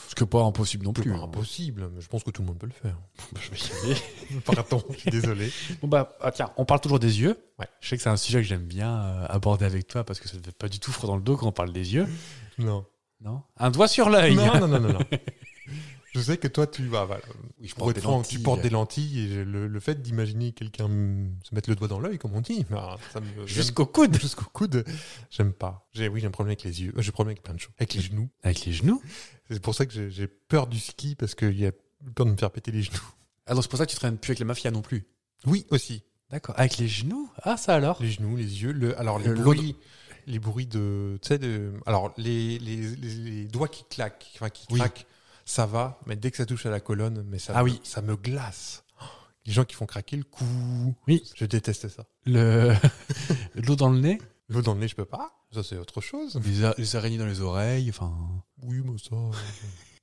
S4: ce que pas impossible non
S5: plus
S4: plus. hein. Bah,
S5: impossible, mais je pense que tout le monde peut le faire.
S4: Je vais y aller.
S5: Pardon, je suis désolé.
S4: bon bah ah, tiens, on parle toujours des yeux.
S5: Ouais.
S4: Je sais que c'est un sujet que j'aime bien euh, aborder avec toi parce que ça ne fait pas du tout froid dans le dos quand on parle des yeux.
S5: Non.
S4: Non. Un doigt sur l'œil.
S5: Non, non, non, non, non. Je sais que toi, tu vas. voilà.
S4: Oui, je
S5: Pour être franc, tu portes des lentilles et j'ai le, le fait d'imaginer quelqu'un mm, se mettre le doigt dans l'œil, comme on dit, bah, ça me.
S4: jusqu'au coude.
S5: j'aime- jusqu'au coude, j'aime pas. J'ai, oui, j'ai un problème avec les yeux. euh, J'ai un problème avec plein de choses. Avec les genoux.
S4: Avec les genoux.
S5: C'est pour ça que j'ai, j'ai peur du ski parce qu'il y a peur de me faire péter les genoux.
S4: Ah, Alors c'est pour ça que tu traînes plus avec la mafia non plus.
S5: Oui, aussi.
S4: D'accord. Avec les genoux Ah, ça alors Euh,
S5: Les genoux, les yeux, le, alors les
S4: Le
S5: bruits, les bruits de, tu sais, de- alors les, les, les- les doigts qui claquent, enfin qui
S4: Oui.
S5: craquent, ça va, mais dès que ça touche à la colonne, mais ça,
S4: Ah
S5: me-
S4: oui.
S5: ça me glace. Oh, Les gens qui font craquer le cou,
S4: Oui.
S5: je déteste ça.
S4: Le... L'eau dans le nez
S5: L'eau dans le nez, je peux pas, ça c'est autre chose.
S4: les, a- les araignées dans les oreilles, enfin...
S5: Oui, mais ça, euh,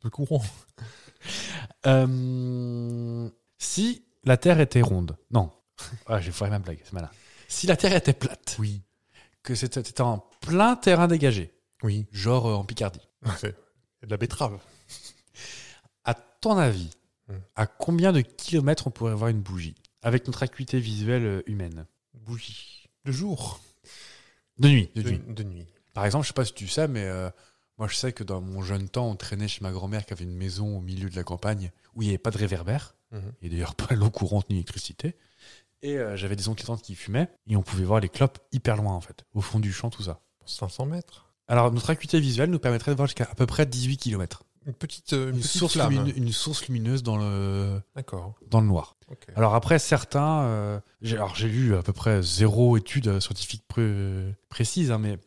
S5: c'est courant.
S4: Euh, Si la Terre était ronde... Non. Ah, j'ai foiré ma blague, c'est malin. Si la Terre était plate,
S5: Oui,
S4: que c'était c'était en plein terrain dégagé,
S5: oui,
S4: genre euh, en Picardie,
S5: c'est de la betterave.
S4: à ton avis,
S5: Hmm.
S4: à combien de kilomètres on pourrait voir une bougie Avec notre acuité visuelle euh, humaine.
S5: Bougie. De jour.
S4: De nuit, de
S5: De,
S4: nuit.
S5: de nuit.
S4: Par exemple, je sais pas si tu sais, mais euh, moi je sais que dans mon jeune temps, on traînait chez ma grand-mère qui avait une maison au milieu de la campagne où il n'y avait pas de réverbère.
S5: Mhm.
S4: Il n'y a d'ailleurs pas l'eau courante ni l'électricité. Et euh, j'avais des oncles et tantes qui fumaient et on pouvait voir les clopes hyper loin en fait, au fond du champ, tout ça.
S5: 500 mètres.
S4: Alors notre acuité visuelle nous permettrait de voir jusqu'à à peu près 18 km.
S5: Une petite, euh, une
S4: Une,
S5: petite
S4: source,
S5: flamme.
S4: lumine- une source lumineuse dans le,
S5: D'accord.
S4: dans le noir.
S5: ok.
S4: Alors après, certains... euh, j'ai- alors j'ai lu à peu près zéro étude euh, scientifique pré- précise, hein, mais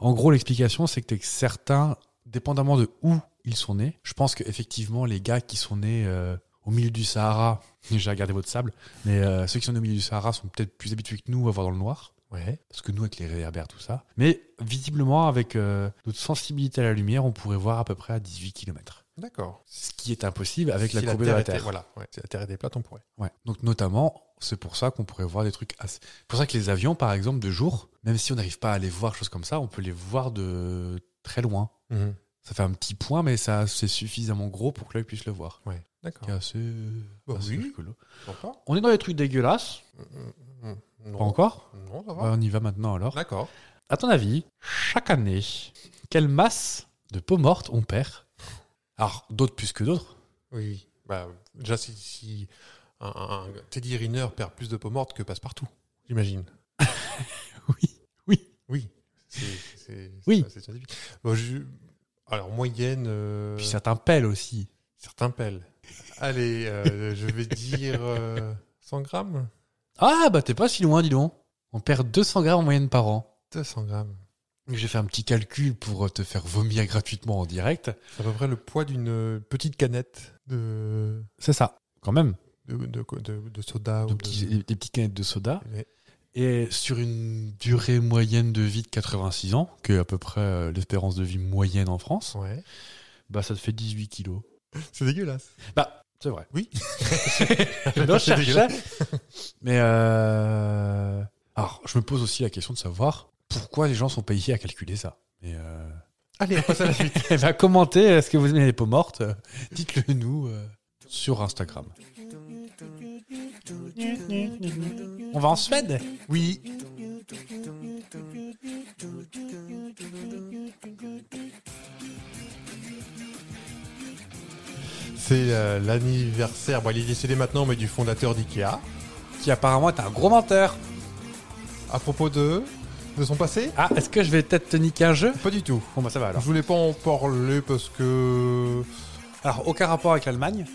S4: en gros, l'explication, c'est que certains, dépendamment de où ils sont nés, je pense qu'effectivement, les gars qui sont nés euh, au milieu du Sahara, j'ai regardé votre sable, mais euh, ceux qui sont nés au milieu du Sahara sont peut-être plus habitués que nous à voir dans le noir.
S5: Ouais.
S4: Parce que nous, avec les réverbères, tout ça. Mais visiblement, avec euh, notre sensibilité à la lumière, on pourrait voir à peu près à 18 km.
S5: D'accord.
S4: Ce qui est impossible avec la
S5: Si
S4: courbe de la
S5: était-
S4: Terre.
S5: Voilà, ouais. si la Terre était plate, on pourrait.
S4: Ouais. Donc notamment, c'est pour ça qu'on pourrait voir des trucs assez... C'est pour ça que les avions, par exemple, de jour, même si on n'arrive pas à les voir, choses comme ça, on peut les voir de très loin. Ça fait un petit point, mais ça c'est suffisamment gros pour que l'œil puisse le voir.
S5: Ouais.
S4: C'est
S5: D'accord.
S4: assez,
S5: Bah
S4: assez
S5: oui.
S4: rigolo.
S5: Pourquoi
S4: Ah. On est dans les trucs dégueulasses.
S5: Non.
S4: Pas encore
S5: Non, ça va.
S4: Ouais, On y va maintenant alors.
S5: D'accord.
S4: À ton avis, chaque année, quelle masse de peau morte on perd Alors, d'autres plus que d'autres.
S5: Oui. Bah, déjà, si, si un, un- un Teddy Riner perd plus de peau morte que passe-partout, j'imagine.
S4: Oui. Oui.
S5: Oui. C'est- c'est-
S4: Oui.
S5: C'est scientifique. Bon, je- Alors, moyenne. euh,
S4: Puis certains pèlent aussi.
S5: Certains pèlent. Allez, euh, je vais dire euh, 100 grammes
S4: Ah, bah t'es pas si loin, dis donc. On perd 200 grammes en moyenne par an.
S5: 200 grammes.
S4: J'ai fait un petit calcul pour euh, te faire vomir gratuitement en direct.
S5: C'est à peu près le poids d'une petite canette de,
S4: C'est ça, quand même.
S5: de, de, de- de soda.
S4: De
S5: ou
S4: petits- des petites canettes de soda.
S5: Ouais.
S4: Et sur une durée moyenne de vie de 86 ans, qui est à peu près euh, l'espérance de vie moyenne en France,
S5: Ouais.
S4: bah ça te fait 18 kilos.
S5: C'est dégueulasse.
S4: Bah, c'est vrai.
S5: Oui.
S4: non, je
S5: C'est
S4: cherchais. Mais euh... Alors, je me pose aussi la question de savoir pourquoi les gens sont payés à calculer ça. Et euh...
S5: Allez, on passe à la suite.
S4: Eh ben, commentez, est-ce que vous aimez les peaux mortes Dites-le nous euh, sur Instagram. On va en Suède
S5: Oui. C'est euh, l'anniversaire, bon il est décédé maintenant, mais du fondateur d'IKEA.
S4: Qui apparemment est un gros menteur.
S5: À propos de, de son passé
S4: Ah, est-ce que je vais peut-être te niquer un jeu
S5: Pas du tout.
S4: Bon, bah ça va alors.
S5: Je voulais pas en parler parce que...
S4: Alors, aucun rapport avec l'Allemagne.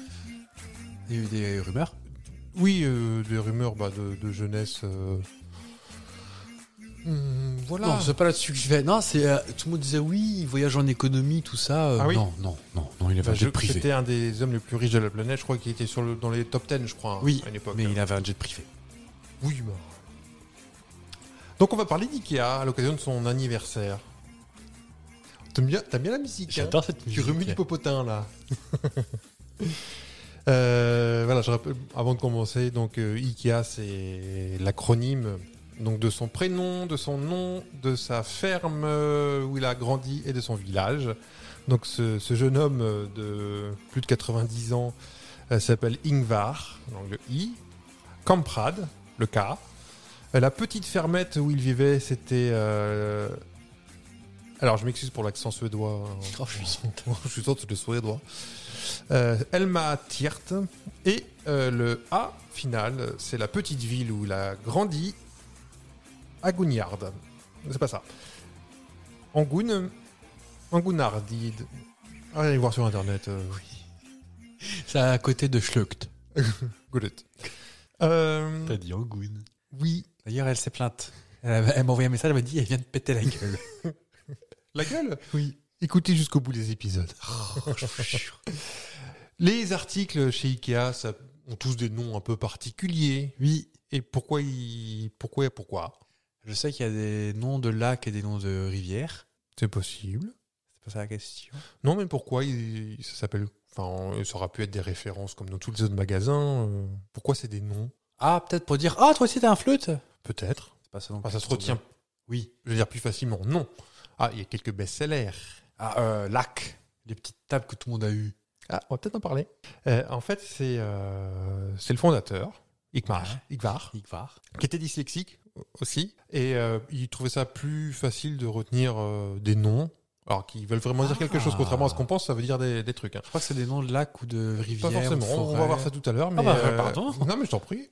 S4: Il y a eu des rumeurs.
S5: Oui, euh, des rumeurs bah, de, de jeunesse... euh, hmm, voilà.
S4: Non, c'est pas là-dessus que je vais. Non, c'est. euh, tout le monde disait oui, il voyage en économie, tout ça. euh,
S5: Ah oui
S4: Non, non, non, non, il avait
S5: Bah,
S4: un
S5: je-
S4: jet privé.
S5: C'était un des hommes les plus riches de la planète, je crois qu'il était sur le, dans les top 10, je crois,
S4: Oui,
S5: à une époque. hein.
S4: mais il avait un jet privé.
S5: Oui, bah. Donc on va parler d'IKEA à l'occasion de son anniversaire. T'aimes bien, t'aimes bien la musique hein
S4: J'adore cette musique.
S5: Tu remues du popotin là. Euh, voilà, je rappelle, avant de commencer, donc euh, IKEA c'est l'acronyme donc de son prénom, de son nom, de sa ferme euh, où il a grandi et de son village. Donc ce, ce jeune homme euh, de plus de 90 ans euh, s'appelle Ingvar, donc le I, Kamprad, le K. Euh, La petite fermette où il vivait, c'était. euh, Alors, je m'excuse pour l'accent suédois. hein.
S4: Oh, je suis
S5: je suis sûr que c'est le suédois. Euh, Elma Tiert. Et euh, le A final, c'est la petite ville où il a grandi, Agugnard. C'est pas ça. Angoun. Angounard, dit. Ah, Allez voir sur internet. euh,
S4: C'est à côté de Schlöcht.
S5: Google it. Euh,
S4: dit Angoun.
S5: Oui.
S4: D'ailleurs, elle s'est plainte. Elle, elle m'a envoyé un message, elle m'a dit, elle vient de péter la gueule.
S5: La gueule Oui. Écoutez jusqu'au bout des épisodes.
S4: Oh,
S5: Les articles chez Ikea ça, ont tous des noms un peu particuliers.
S4: oui,
S5: Et pourquoi ils... Pourquoi et pourquoi
S4: je sais qu'il y a des noms de lacs et des noms de rivières.
S5: C'est possible.
S4: C'est pas ça la question.
S5: Non, mais pourquoi ils- ça s'appelle... Enfin, ça aura pu être des références comme dans tous les autres magasins. euh, Pourquoi c'est des noms
S4: Ah, peut-être pour dire, ah, toi aussi t'as un flûte C'est
S5: Peut-être.
S4: pas ça non
S5: Enfin,
S4: plus.
S5: Ah, ça se retient,
S4: Oui.
S5: je veux dire, plus facilement. Non. Ah, il y a quelques best-sellers.
S4: Ah, euh, lac. Les petites tables que tout le monde a eues.
S5: Ah, on va peut-être en parler. Euh, en fait, c'est euh, c'est le fondateur, Ikmar,
S4: Ah.
S5: Ikvar,
S4: Igvar.
S5: qui était dyslexique aussi. Et euh, il trouvait ça plus facile de retenir euh, des noms. Alors qu'ils veulent vraiment dire quelque chose,
S4: Ah.
S5: contrairement à ce qu'on pense, ça veut dire des, des trucs. hein.
S4: Je crois que c'est des noms de lacs ou de rivières.
S5: Pas forcément,
S4: ou de
S5: on va
S4: forêts.
S5: voir ça tout à l'heure. Mais euh,
S4: bah, pardon.
S5: Non, mais je t'en prie.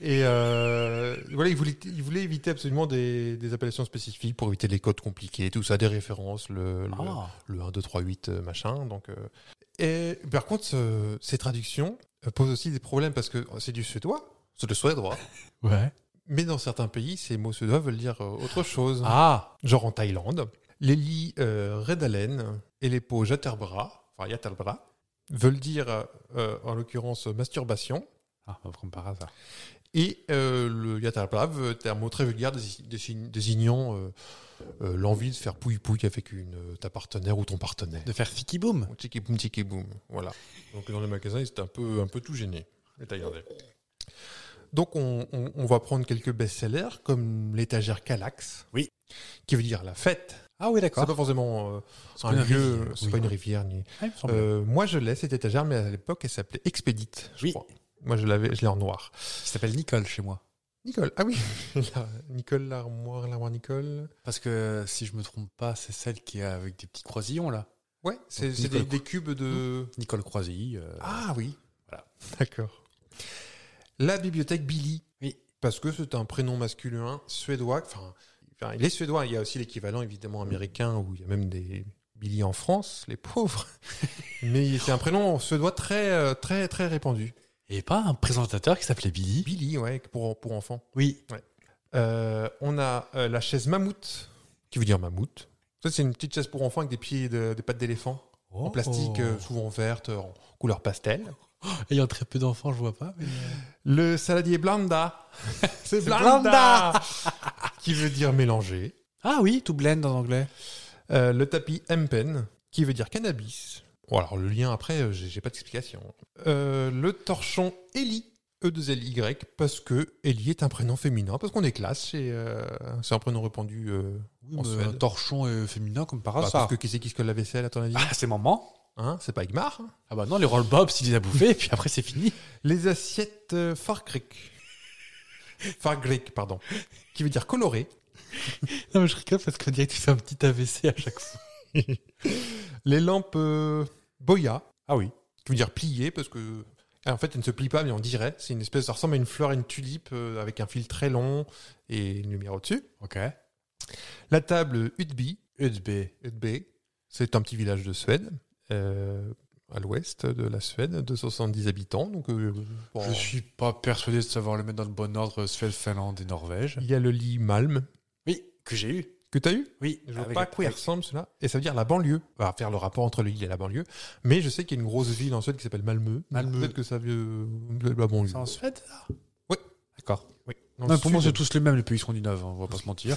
S5: Et euh, voilà, il voulait, il voulait éviter absolument des, des appellations spécifiques pour éviter les codes compliqués, tout ça, des références, le, le-
S4: Ah.
S5: le 1, 2, 3, 8, euh, machin. Donc, euh. Et par contre, ce- ces traductions euh, posent aussi des problèmes parce que c'est du suédois, c'est du suédois.
S4: Ouais.
S5: Mais dans certains pays, ces mots suédois veulent dire euh, autre chose.
S4: Ah,
S5: Genre en Thaïlande, les lits euh, Redalen et les peaux Jatarbra, enfin Yatarbra, veulent dire euh, en l'occurrence masturbation.
S4: ah bah, comme par hasard.
S5: Et euh, le Yatarbra veut- est un mot très vulgaire dési- désigne- désignant euh, euh, l'envie de faire pouille-pouille avec une, euh, ta partenaire ou ton partenaire.
S4: De faire fiki boom.
S5: Tiki boum, tiki boum. Voilà. Donc dans les magasins, ils étaient un peu, un peu tout gênés. Les Thaïlandais. Donc on, on- on va prendre quelques best-sellers comme l'étagère Calax.
S4: Oui.
S5: Qui veut dire la fête.
S4: Ah oui,
S5: C'est
S4: d'accord.
S5: pas forcément euh, un
S4: pas une
S5: lieu,
S4: rivière,
S5: c'est
S4: oui.
S5: pas une rivière. Ni...
S4: Ah, il me semble.
S5: Euh, moi je l'ai cette étagère, mais à l'époque elle s'appelait Expédite, je
S4: Oui.
S5: crois. Moi je l'avais, je l'ai en noir.
S4: Il s'appelle Nicole chez moi.
S5: Nicole, ah oui, La- Nicole l'armoire, l'armoire Nicole.
S4: Parce que si je me trompe pas, c'est celle qui est avec des petits croisillons là.
S5: Ouais, c'est
S4: Donc,
S5: c'est des,
S4: Nicole,
S5: des cubes de.
S4: Nicole Croisille. euh,
S5: Ah oui,
S4: Voilà.
S5: D'accord. La bibliothèque Billy.
S4: Oui.
S5: Parce que c'est un prénom masculin suédois. Enfin, enfin, il est suédois. Il y a aussi l'équivalent évidemment américain où il y a même des Billy en France, les pauvres. Mais c'est un prénom suédois très, euh, très, très répandu.
S4: Et pas un présentateur qui s'appelait Billy.
S5: Billy, ouais, pour, pour enfants.
S4: Oui.
S5: Euh, on a euh, la chaise mammouth, qui veut dire mammouth. Ça, c'est une petite chaise pour enfants avec des pieds, de- des pattes d'éléphant,
S4: Oh.
S5: en plastique, euh, souvent verte, en couleur pastel.
S4: Ayant très peu d'enfants, je vois pas. mais-
S5: Le saladier blanda. C'est
S4: blanda.
S5: qui veut dire mélanger.
S4: Ah oui, tout blend en anglais.
S5: Euh, le tapis Empen, qui veut dire cannabis. Bon, alors le lien après, euh, j'ai j'ai pas d'explication. Euh, le torchon Eli, E E2LY, parce que Eli est un prénom féminin, parce qu'on est classe, chez, euh, c'est un prénom répandu euh, en
S4: Mais un
S5: Suède.
S4: torchon euh, féminin comme par
S5: Bah,
S4: hasard.
S5: parce que qui c'est qui se colle la vaisselle, à ton avis
S4: Ah, c'est maman.
S5: hein C'est pas Igmar hein
S4: Ah bah non, les roll bobs, il les a bouffés, et puis après c'est fini.
S5: Les assiettes euh, Fargrik. Fargrik, pardon. Qui veut dire coloré.
S4: Non, mais je rigole parce qu'on dirait que tu fais un petit AVC à chaque fois.
S5: Les lampes euh, Boya,
S4: Ah oui.
S5: qui veut dire plier, parce que en fait, elle ne se plie pas, mais on dirait. C'est une espèce, ça ressemble à une fleur, à une tulipe, euh, avec un fil très long et une lumière au-dessus.
S4: Ok.
S5: La table Utby,
S4: USB.
S5: Utby, c'est un petit village de Suède, euh, à l'ouest de la Suède, de 70 habitants. Donc, euh, bon.
S4: Je suis pas persuadé de savoir le mettre dans le bon ordre euh, Suède, Finlande et Norvège.
S5: Il y a le lit Malm,
S4: Oui, que j'ai eu.
S5: que tu as eu
S4: Oui,
S5: Je vois pas à quoi il ressemble cela. Et ça veut dire la banlieue. On va faire le rapport entre le île et la banlieue. Mais je sais qu'il y a une grosse ville en Suède qui s'appelle Malmö.
S4: Malmö.
S5: Peut-être que ça veut la banlieue.
S4: C'est en Suède, ça
S5: Oui.
S4: D'accord.
S5: Oui.
S4: Non, pour moi, c'est tous les mêmes, les pays scandinaves, hein, on va pas se mentir.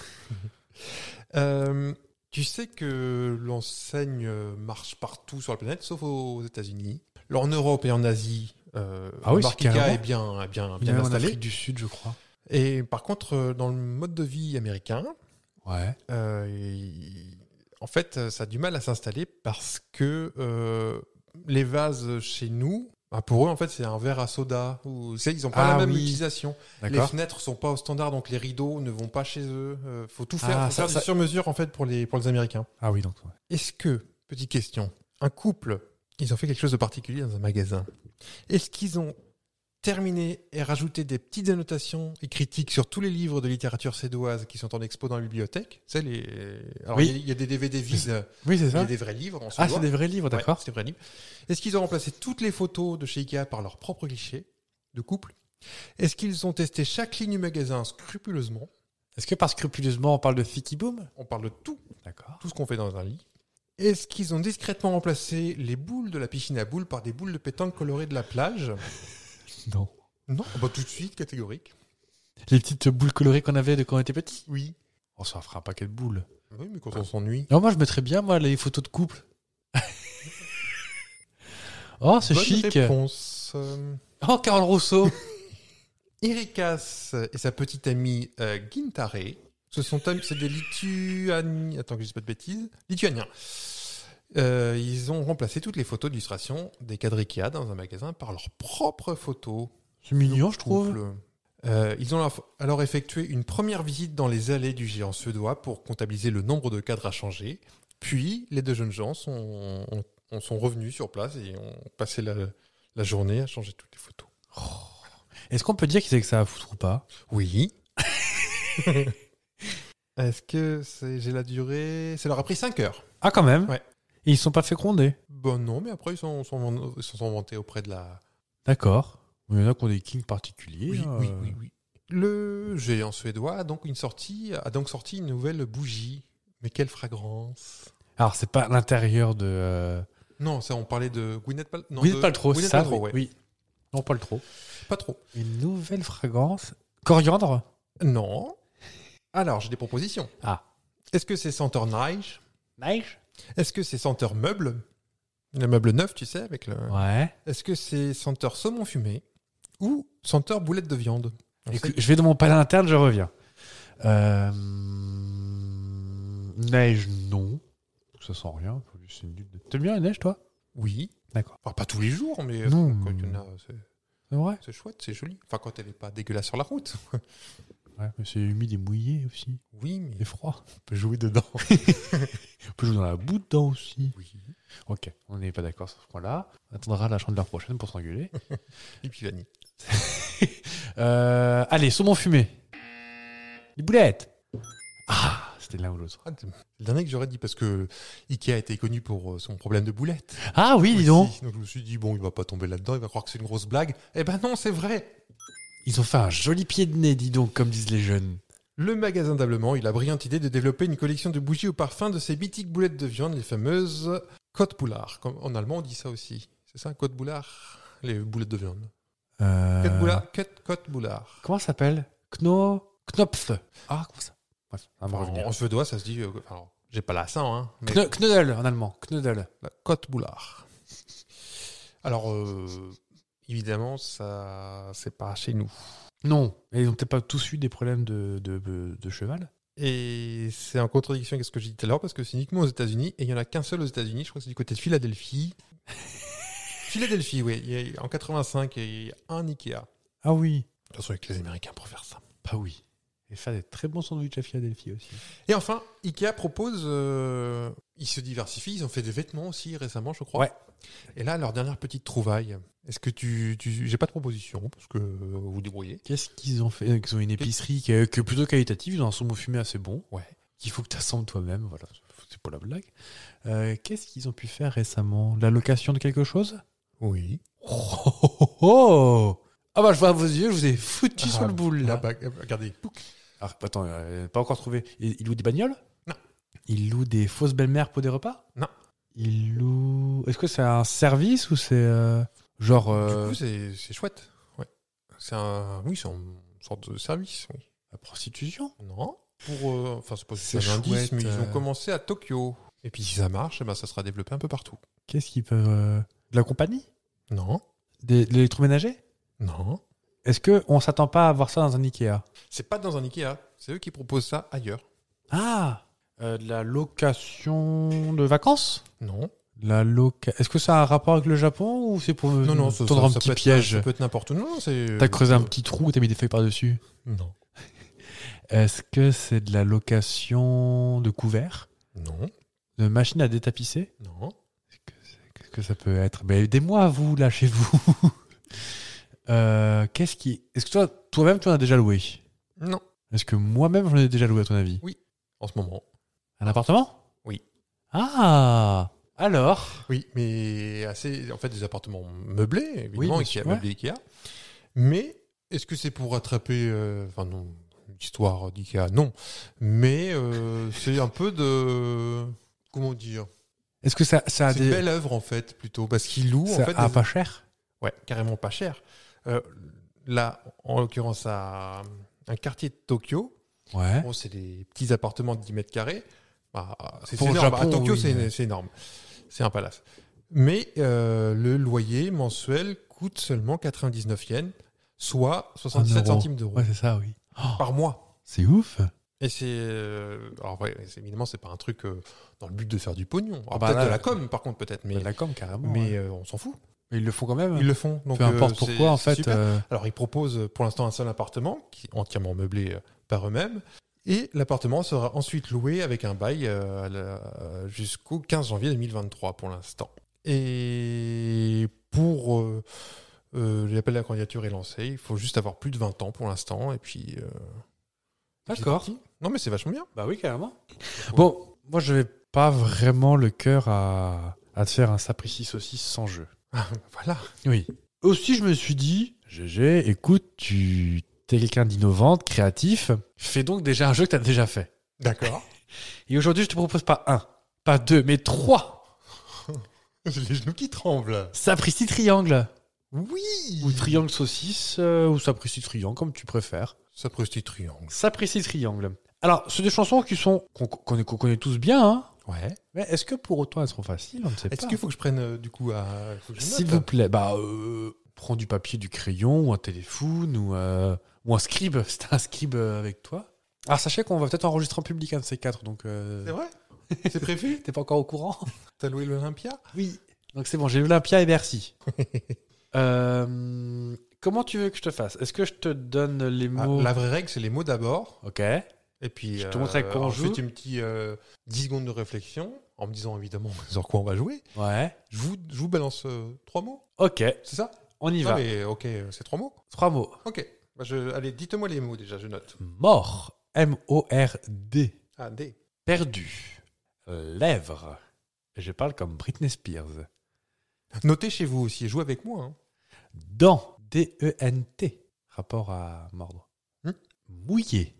S5: Euh, tu sais que l'enseigne euh, marche partout sur la planète, sauf aux États-Unis. Alors, En Europe et en Asie, euh,
S4: Ah oui,
S5: la marque
S4: c'est carrément.
S5: Ikea est bien, bien, bien
S4: en
S5: installée.
S4: Afrique du Sud, je crois.
S5: Et par contre, euh, dans le mode de vie américain,
S4: Ouais.
S5: euh, il- en fait, euh, ça a du mal à s'installer parce que euh, les vases chez nous, bah, pour eux, en fait, c'est un verre à soda. Ou, tu sais, ils n'ont pas
S4: Ah
S5: la même
S4: oui.
S5: utilisation. Les
S4: D'accord.
S5: fenêtres sont pas au standard, donc les rideaux ne vont pas chez eux. Euh, faut tout faire,
S4: Ah,
S5: faut
S4: ça-
S5: faire du
S4: ça-
S5: sur-mesure en fait pour les pour les Américains.
S4: Ah oui, donc.
S5: Est-ce que, petite question, un couple, ils ont fait quelque chose de particulier dans un magasin. Est-ce qu'ils ont terminé et rajouté des petites annotations et critiques sur tous les livres de littérature sédoise qui sont en expo dans la bibliothèque C'est les... Alors,
S4: Oui.
S5: il y a- il y, a des DVD vides,
S4: Oui, c'est
S5: il y a
S4: ça.
S5: des vrais livres en
S4: Ah,
S5: suédois.
S4: c'est des vrais livres,
S5: Ouais,
S4: d'accord.
S5: c'est des vrais livres. Est-ce qu'ils ont remplacé toutes les photos de chez Ikea par leurs propres clichés de couple Est-ce qu'ils ont testé chaque ligne du magasin scrupuleusement
S4: Est-ce que par scrupuleusement, on parle de Ficky Boom
S5: On parle de tout,
S4: D'accord.
S5: tout ce qu'on fait dans un lit. Est-ce qu'ils ont discrètement remplacé les boules de la piscine à boules par des boules de pétanque colorées de la plage
S4: Non.
S5: Non, bah tout de suite, catégorique.
S4: Les petites boules colorées qu'on avait de quand on était petit
S5: Oui.
S4: On s'en fera un paquet de boules.
S5: Oui, mais
S4: Ah.
S5: quand on s'ennuie.
S4: Non, moi, je mettrais bien, moi, les photos de couple. oh, c'est
S5: Bonne
S4: chic.
S5: réponse. Euh,
S4: Oh, Carole Rousseau.
S5: Ericas et sa petite amie euh, Gintare, ce sont am- c'est des Lituaniens. Attends que je dise pas de bêtises. Lituaniens. Euh, ils ont remplacé toutes les photos d'illustration des cadres Ikea dans un magasin par leurs propres photos.
S4: c'est mignon, je trouve.
S5: Couple. Euh, ils ont alors- alors effectué une première visite dans les allées du géant suédois pour comptabiliser le nombre de cadres à changer. Puis, les deux jeunes gens sont, ont- ont- sont revenus sur place et ont passé la, la journée à changer toutes les photos.
S4: Est-ce qu'on peut dire qu'ils avaient que ça à foutre ou pas
S5: Oui. Est-ce que c'est- j'ai la durée Ça leur a pris 5 heures.
S4: Ah, quand même
S5: Ouais.
S4: Et ils se sont pas fait gronder.
S5: Bon, non, mais après, ils s'en s'en vend- ils s'en sont vantés auprès de la.
S4: D'accord. Il y en a qui ont des kings particuliers. hein, euh.
S5: Le géant suédois a donc, une sortie, a donc sorti une nouvelle bougie. Mais quelle fragrance
S4: Alors, c'est pas à l'intérieur de. euh,
S5: Non, ça, on parlait de Gwyneth Paltrow. Non,
S4: Vous n'êtes
S5: de-
S4: pas le trop, c'est
S5: Gwyneth
S4: ça
S5: Paltrow,
S4: oui.
S5: ouais.
S4: oui. Non, pas le trop.
S5: Pas trop.
S4: Une nouvelle fragrance. Coriandre
S5: Non. Alors, j'ai des propositions.
S4: Ah.
S5: Est-ce que c'est senteur neige
S4: Neige
S5: Est-ce que c'est senteur meuble Le meuble neuf, tu sais, avec le...
S4: Ouais.
S5: Est-ce que c'est senteur saumon fumé Ou senteur boulette de viande On sait
S4: Écoute, je vais dans mon palais interne, je reviens. Euh, Neige, non. Ça sent rien. C'est nul. T'aimes bien la neige, toi
S5: Oui.
S4: D'accord.
S5: Enfin, pas tous les jours, mais euh,
S4: Non.
S5: quand il y en a, c'est-
S4: C'est vrai
S5: c'est chouette, c'est joli. Enfin, quand elle n'est pas dégueulasse sur la route.
S4: Ouais, mais c'est humide et mouillé aussi.
S5: Oui, mais
S4: Et froid.
S5: on peut jouer dedans.
S4: On peut jouer dans la boue dedans aussi.
S5: oui.
S4: Ok, on n'est pas d'accord sur ce point-là. On attendra la chambre de la prochaine pour s'engueuler.
S5: Et puis vanille.
S4: Euh, allez, saumon fumé. Les boulettes. Ah, c'était l'un ou l'autre.
S5: Ah, c'est le dernier que j'aurais dit parce que Ikea a été connu pour euh, son problème de boulette.
S4: Ah oui, dis donc.
S5: Donc je me suis dit, bon, il va pas tomber là-dedans, il va croire que c'est une grosse blague. Eh ben non, c'est vrai
S4: Ils ont fait un joli pied de nez, dis donc, comme disent les jeunes.
S5: Le magasin d'ablement, il a brillante idée de développer une collection de bougies au parfum de ces mythiques boulettes de viande, les fameuses Kotboular. Comme en allemand, on dit ça aussi. C'est ça, Kotboular Les boulettes de viande.
S4: Euh,
S5: Kotboular, Kött- Kotboular.
S4: Comment ça s'appelle Kno... Knopf. Ah, comment ça Ouais, ça va me
S5: Enfin,
S4: revenir.
S5: en suédois, ça se dit. euh, alors, j'ai pas l'accent, hein. Oh, Mais
S4: Kno- Knödel en allemand. Knödel.
S5: la Côte Boulard. Alors, euh, évidemment, ça, c'est pas chez nous.
S4: Non. Et ils ont peut-être pas tous eu des problèmes de, de, de- de cheval
S5: Et c'est en contradiction avec ce que j'ai dit tout à l'heure, parce que c'est uniquement aux États-Unis, et il y en a qu'un seul aux États-Unis, je crois que c'est du côté de Philadelphie. Philadelphie, oui. il y a- en 85, il y a un Ikea. De
S4: Ah oui.
S5: toute façon, avec les Américains pour faire ça.
S4: Bah oui. Et faire des très bons sandwichs à Philadelphie aussi.
S5: Et enfin, Ikea propose, euh, ils se diversifient, ils ont fait des vêtements aussi récemment, je crois.
S4: Ouais.
S5: Et là, leur dernière petite trouvaille. Est-ce que tu, tu- j'ai pas de proposition parce que euh, vous débrouillez.
S4: Qu'est-ce qu'ils ont fait Ils ont une épicerie qui est, qui est plutôt qualitative, ils ont un saumon fumé assez bon.
S5: Ouais.
S4: Qu'il faut que tu assembles toi-même, voilà, c'est pas la blague. Euh, Qu'est-ce qu'ils ont pu faire récemment La location de quelque chose
S5: Oui.
S4: oh, oh, oh, oh. Ah bah je vois à vos yeux, je vous ai foutu
S5: Ah,
S4: sur le boule
S5: Là,
S4: là.
S5: bah, euh, regardez.
S4: Ah, attends, euh, pas encore trouvé. Il, il loue des bagnoles
S5: Non.
S4: Il loue des fausses belles-mères pour des repas
S5: Non.
S4: Il loue. Est-ce que c'est un service ou c'est euh, genre euh,
S5: Du coup, c'est, c'est chouette. Ouais. C'est un, oui, c'est une sorte de service. oui.
S4: la prostitution
S5: Non. Pour, euh, enfin, c'est pas
S4: C'est
S5: c'est un indice,
S4: chouette,
S5: mais ils
S4: euh.
S5: ont commencé à Tokyo. Et puis si ça marche, eh ben, ça sera développé un peu partout.
S4: Qu'est-ce qu'ils peuvent euh, De la compagnie
S5: Non.
S4: Des- De l'électroménager
S5: Non.
S4: Est-ce que on s'attend pas à voir ça dans un Ikea
S5: C'est pas dans un Ikea. C'est eux qui proposent ça ailleurs.
S4: Ah De la location de vacances
S5: Non.
S4: la loca... Est-ce que ça a un rapport avec le Japon ou c'est pour me
S5: Non, non, ça,
S4: tendre
S5: ça-
S4: un
S5: ça
S4: petit
S5: peut être-
S4: piège
S5: ça peut être n'importe où. Non, c'est. euh,
S4: T'as creusé un petit trou, t'as mis des feuilles par-dessus.
S5: Non.
S4: Est-ce que c'est de la location de couverts
S5: Non.
S4: De machines à détapisser
S5: Non.
S4: Est-ce que c'est- Qu'est-ce que ça peut être Ben, Aidez-moi, vous, là, chez vous. Euh, Qu'est-ce qui. Est-ce que toi, toi-même, tu en as déjà loué
S5: Non.
S4: Est-ce que moi-même, j'en ai déjà loué, à ton avis
S5: En ce moment.
S4: Un appartement
S5: Oui.
S4: Ah Alors
S5: Oui, mais assez. En fait, des appartements meublés, évidemment,
S4: bien
S5: Ikea,
S4: sûr,
S5: meublés Ikea. Mais Est-ce que c'est pour rattraper, euh, enfin non, l'histoire d'IKEA Non, mais euh, c'est un peu de, comment dire,
S4: Est-ce que ça, ça a
S5: c'est une
S4: Ah, des.
S5: belle œuvre en fait plutôt, parce qu'il loue
S4: ça
S5: en fait,
S4: a
S5: des-
S4: pas cher
S5: ouais, carrément pas cher. Euh, là, en l'occurrence, à un quartier de Tokyo,
S4: Ouais.
S5: Bon, c'est des petits appartements de 10 mètres carrés. Bah, c'est
S4: Pour
S5: c'est
S4: le
S5: énorme.
S4: Japon,
S5: à Tokyo,
S4: oui,
S5: c'est-
S4: mais-
S5: c'est énorme. C'est un palace. Mais euh, le loyer mensuel coûte seulement 99 yens, soit 77
S4: euro.
S5: centimes d'euros
S4: Ouais, c'est ça, oui.
S5: par mois.
S4: C'est ouf.
S5: Et c'est. euh, alors, ouais, c'est- évidemment, c'est pas un truc euh, dans le but de faire du pognon. Alors,
S4: Ah bah
S5: peut-être
S4: là,
S5: de la com, par contre, peut-être. Mais,
S4: Mais la com, carrément.
S5: mais
S4: ouais.
S5: euh, on s'en fout.
S4: Mais ils le font quand même.
S5: Ils le font. Donc,
S4: Peu importe
S5: euh, c'est-
S4: pourquoi, en
S5: c'est
S4: fait.
S5: super.
S4: euh,
S5: Alors, ils proposent pour l'instant un seul appartement, qui est entièrement meublé euh, par eux-mêmes. Et l'appartement sera ensuite loué avec un bail euh, à la- euh, jusqu'au 15 janvier 2023 pour l'instant. Et pour. euh, euh, L'appel à la candidature est lancé. Il faut juste avoir plus de 20 ans pour l'instant. Et puis. euh, c'est
S4: D'accord.
S5: parti. Non, mais c'est vachement bien.
S4: Bah oui, carrément. Bon, moi, je n'ai pas vraiment le cœur à, à te faire un sapristi saucisse sans jeu.
S5: voilà.
S4: Oui. Aussi, je me suis dit, GG, écoute, tu es quelqu'un d'innovant, de créatif. Fais donc déjà un jeu que tu as déjà fait.
S5: D'accord.
S4: Et aujourd'hui, je te propose pas un, pas deux, mais trois.
S5: J'ai les genoux qui tremblent.
S4: Sapristi triangle.
S5: Oui
S4: Ou triangle saucisse, euh, ou sapristi triangle, comme tu préfères.
S5: Ça hein. presti triangle.
S4: Sapristi triangle. Alors, c'est des chansons qui sont qu'on qu'on- qu'on connaît tous bien, hein.
S5: Ouais.
S4: Mais est-ce que pour autant elles sont faciles On ne sait
S5: Est-ce
S4: pas.
S5: qu'il faut que je prenne euh, du coup à. faut que je
S4: S'il
S5: note
S4: vous plaît, bah, euh, prends du papier, du crayon, ou un téléphone, ou, euh, ou un scribe. C'est un scribe euh, avec toi. Alors, sachez qu'on va peut-être enregistrer en public un de ces quatre, donc euh,
S5: C'est vrai C'est prévu
S4: t'es pas encore au courant.
S5: T'as loué l'Olympia
S4: Oui. Donc c'est bon, j'ai Olympia et Bercy. Euh, comment tu veux que je te fasse Est-ce que je te donne les
S5: Ah,
S4: mots
S5: La vraie règle, c'est les mots d'abord.
S4: Ok.
S5: Et puis,
S4: Je te montrerai comment on
S5: ensuite,
S4: joue.
S5: une petite euh, 10 secondes de réflexion en me disant évidemment sur quoi on va jouer.
S4: Ouais.
S5: Je vous, je vous balance euh, trois mots,
S4: Ok,
S5: c'est ça
S4: on y
S5: Non,
S4: va.
S5: mais ok, euh, c'est trois mots.
S4: Trois mots.
S5: Ok. Bah, je, allez, dites-moi les mots déjà, je note.
S4: Mort. M-O-R-D.
S5: Ah, D.
S4: Perdu. Lèvres. Je parle comme Britney Spears.
S5: Notez chez vous aussi, jouez avec moi. hein.
S4: Dent. D-E-N-T. E Rapport à mordre.
S5: Hmm.
S4: Mouillé.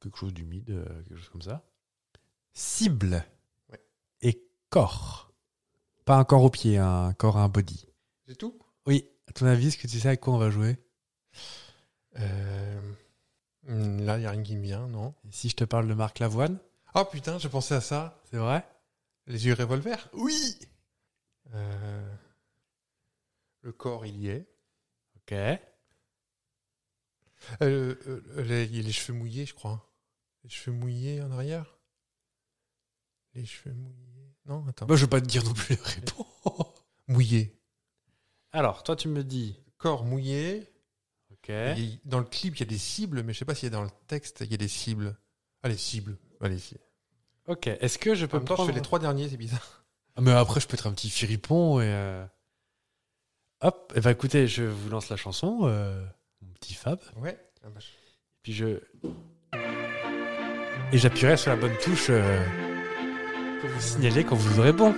S4: Quelque chose d'humide, euh, quelque chose comme ça. Cible.
S5: Ouais.
S4: Et corps. Pas un corps au pied, un corps à un body.
S5: C'est tout
S4: Oui, à ton avis, est-ce que tu sais à quoi on va jouer
S5: Euh, hmm, Là, il n'y a rien qui me vient, non
S4: Et Si je te parle de Marc Lavoine,
S5: Ah putain, je pensais à ça.
S4: c'est vrai
S5: Les yeux revolver Oui Le corps, il y est.
S4: Ok.
S5: Euh, euh, les, les cheveux mouillés, je crois. Les cheveux mouillés en arrière Les cheveux mouillés. Non, attends.
S4: Moi, je vais pas te dire non plus la réponse.
S5: Mouillés.
S4: Alors, toi, tu me dis.
S5: Corps mouillé.
S4: Ok.
S5: Il- Dans le clip, il y a des cibles, mais je sais pas s'il y a dans le texte, il y a des cibles. Ah, les cibles. Allez, si.
S4: Ok. Est-ce que je
S5: En
S4: peux
S5: même temps, je
S4: prendre-
S5: fais les trois derniers, c'est bizarre.
S4: Ah, Mais après, je peux être un petit firipon et. euh, Hop. Eh ben, écoutez, je vous lance la chanson, euh, mon petit Fab.
S5: Ouais.
S4: Puis je. Et j'appuierai sur la bonne touche euh, pour vous signaler quand vous aurez bon.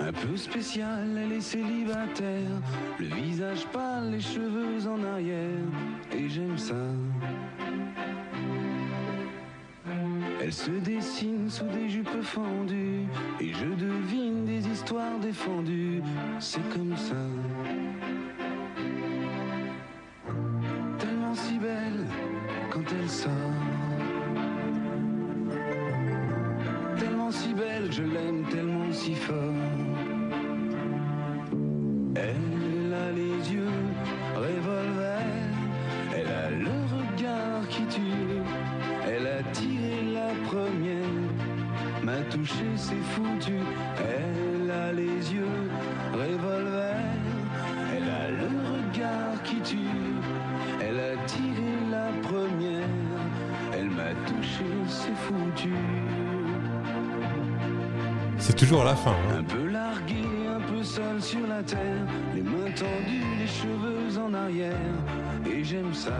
S9: Un peu spécial, elle est célibataire, le visage pâle, les cheveux en arrière, et j'aime ça. Elle se dessine sous des jupes fendues, et je devine des histoires défendues, c'est comme ça. Tellement si belle quand elle sort. Tellement si belle, je l'aime tellement si fort. Elle a les yeux revolver, elle a le regard qui tue, elle a tiré la première, m'a touché, c'est foutu. Elle a les yeux revolver, elle a le regard qui tue, elle a tiré la première, elle m'a touché, c'est foutu.
S5: C'est toujours à la fin. hein.
S9: Un peu largué, un peu seul sur la terre, les mains tendues, les cheveux en arrière, et j'aime ça.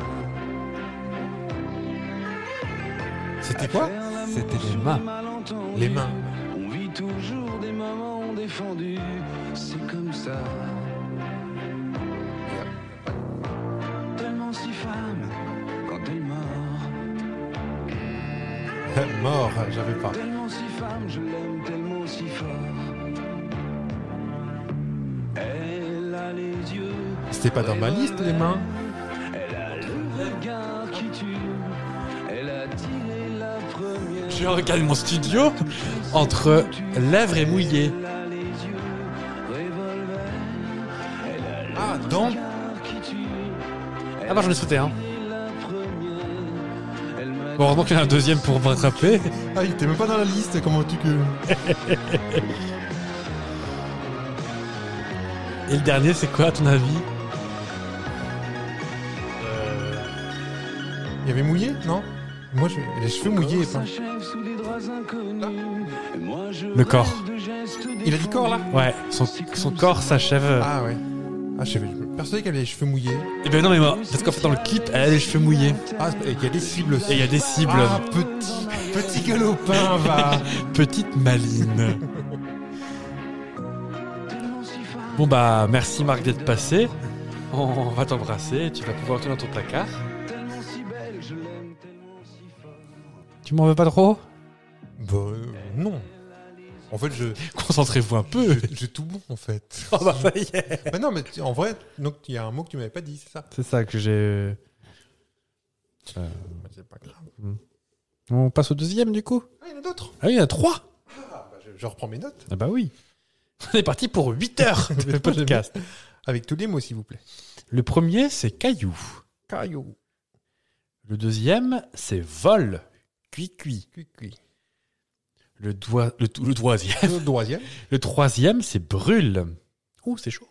S5: C'était quoi
S9: Faire l'amour
S4: C'était les
S9: sur
S5: Oh,
S4: mains.
S9: malentendus.
S5: Les mains.
S9: On vit toujours des moments défendus, c'est comme ça. Tellement si femme quand elle meurt,
S5: Mort, j'avais pas.
S9: tellement si femme, je l'aime tellement si fort. Elle a les yeux
S5: C'était pas dans ma liste, les mains.
S9: elle a le regard qui tue. Elle a tiré la première.
S4: Je regarde mon studio entre lèvres et mouillé.
S9: Elle a les yeux revolver. Elle a le
S4: Ah, donc.
S9: regard qui tue.
S4: Ah bah j'en ai sauté un.
S9: Elle a la première. Elle m'a
S4: Bon, heureusement qu'il y en a un deuxième pour me rattraper.
S5: Ah, il était même pas dans la liste, comment tu que.
S4: Et le dernier, c'est quoi à ton avis
S5: Il y avait mouillé, non Moi, je... les cheveux
S4: Oh,
S5: mouillés et pas.
S9: s'achève sous des draps inconnus. Et moi, je
S4: Le corps.
S9: rêve de gestes
S5: Il a dit corps, là
S4: Ouais, son, son corps s'achève.
S5: Ah, ouais. Ah, je savais, je me persuadais qu'il avait les cheveux mouillés.
S4: Eh ben non, mais moi, parce qu'en fait, dans le clip, elle a les cheveux mouillés.
S5: Ah, et qu'il y a des cibles aussi.
S4: Et il y a des cibles.
S5: Ah, petit, petit galopin, va
S4: Petite maline.
S9: tellement si femme.
S4: Bon bah, merci Marc d'être passé. On va t'embrasser. Tu vas pouvoir retourner dans ton placard.
S9: Tellement si belle, je l'aime tellement si fort.
S4: Tu m'en veux pas trop
S5: Bah, euh, non. En fait, je,
S4: Concentrez-vous un peu.
S5: je- j'ai tout bon, en fait.
S4: Oh bah, ça y est.
S5: Mais non, mais tu- en vrai, donc, il y a un mot que tu m'avais pas dit, c'est ça
S4: C'est ça que j'ai. euh,
S5: Bah, C'est pas grave.
S4: On passe au deuxième du coup.
S5: Ah, il y en a d'autres
S4: Ah oui, il y en a trois.
S5: Ah, bah, je, je reprends mes notes.
S4: Ah bah oui. On est parti pour 8 heures de
S5: Mais pas jamais.
S4: podcast.
S5: Avec tous les mots, s'il vous plaît.
S4: Le premier, c'est caillou.
S5: Caillou.
S4: Le deuxième, c'est vol. Cui-cui.
S5: Cuicui.
S4: Le, doi- le, tou- le troisième.
S5: Le troisième.
S4: Le troisième, c'est brûle. Ouh, c'est chaud.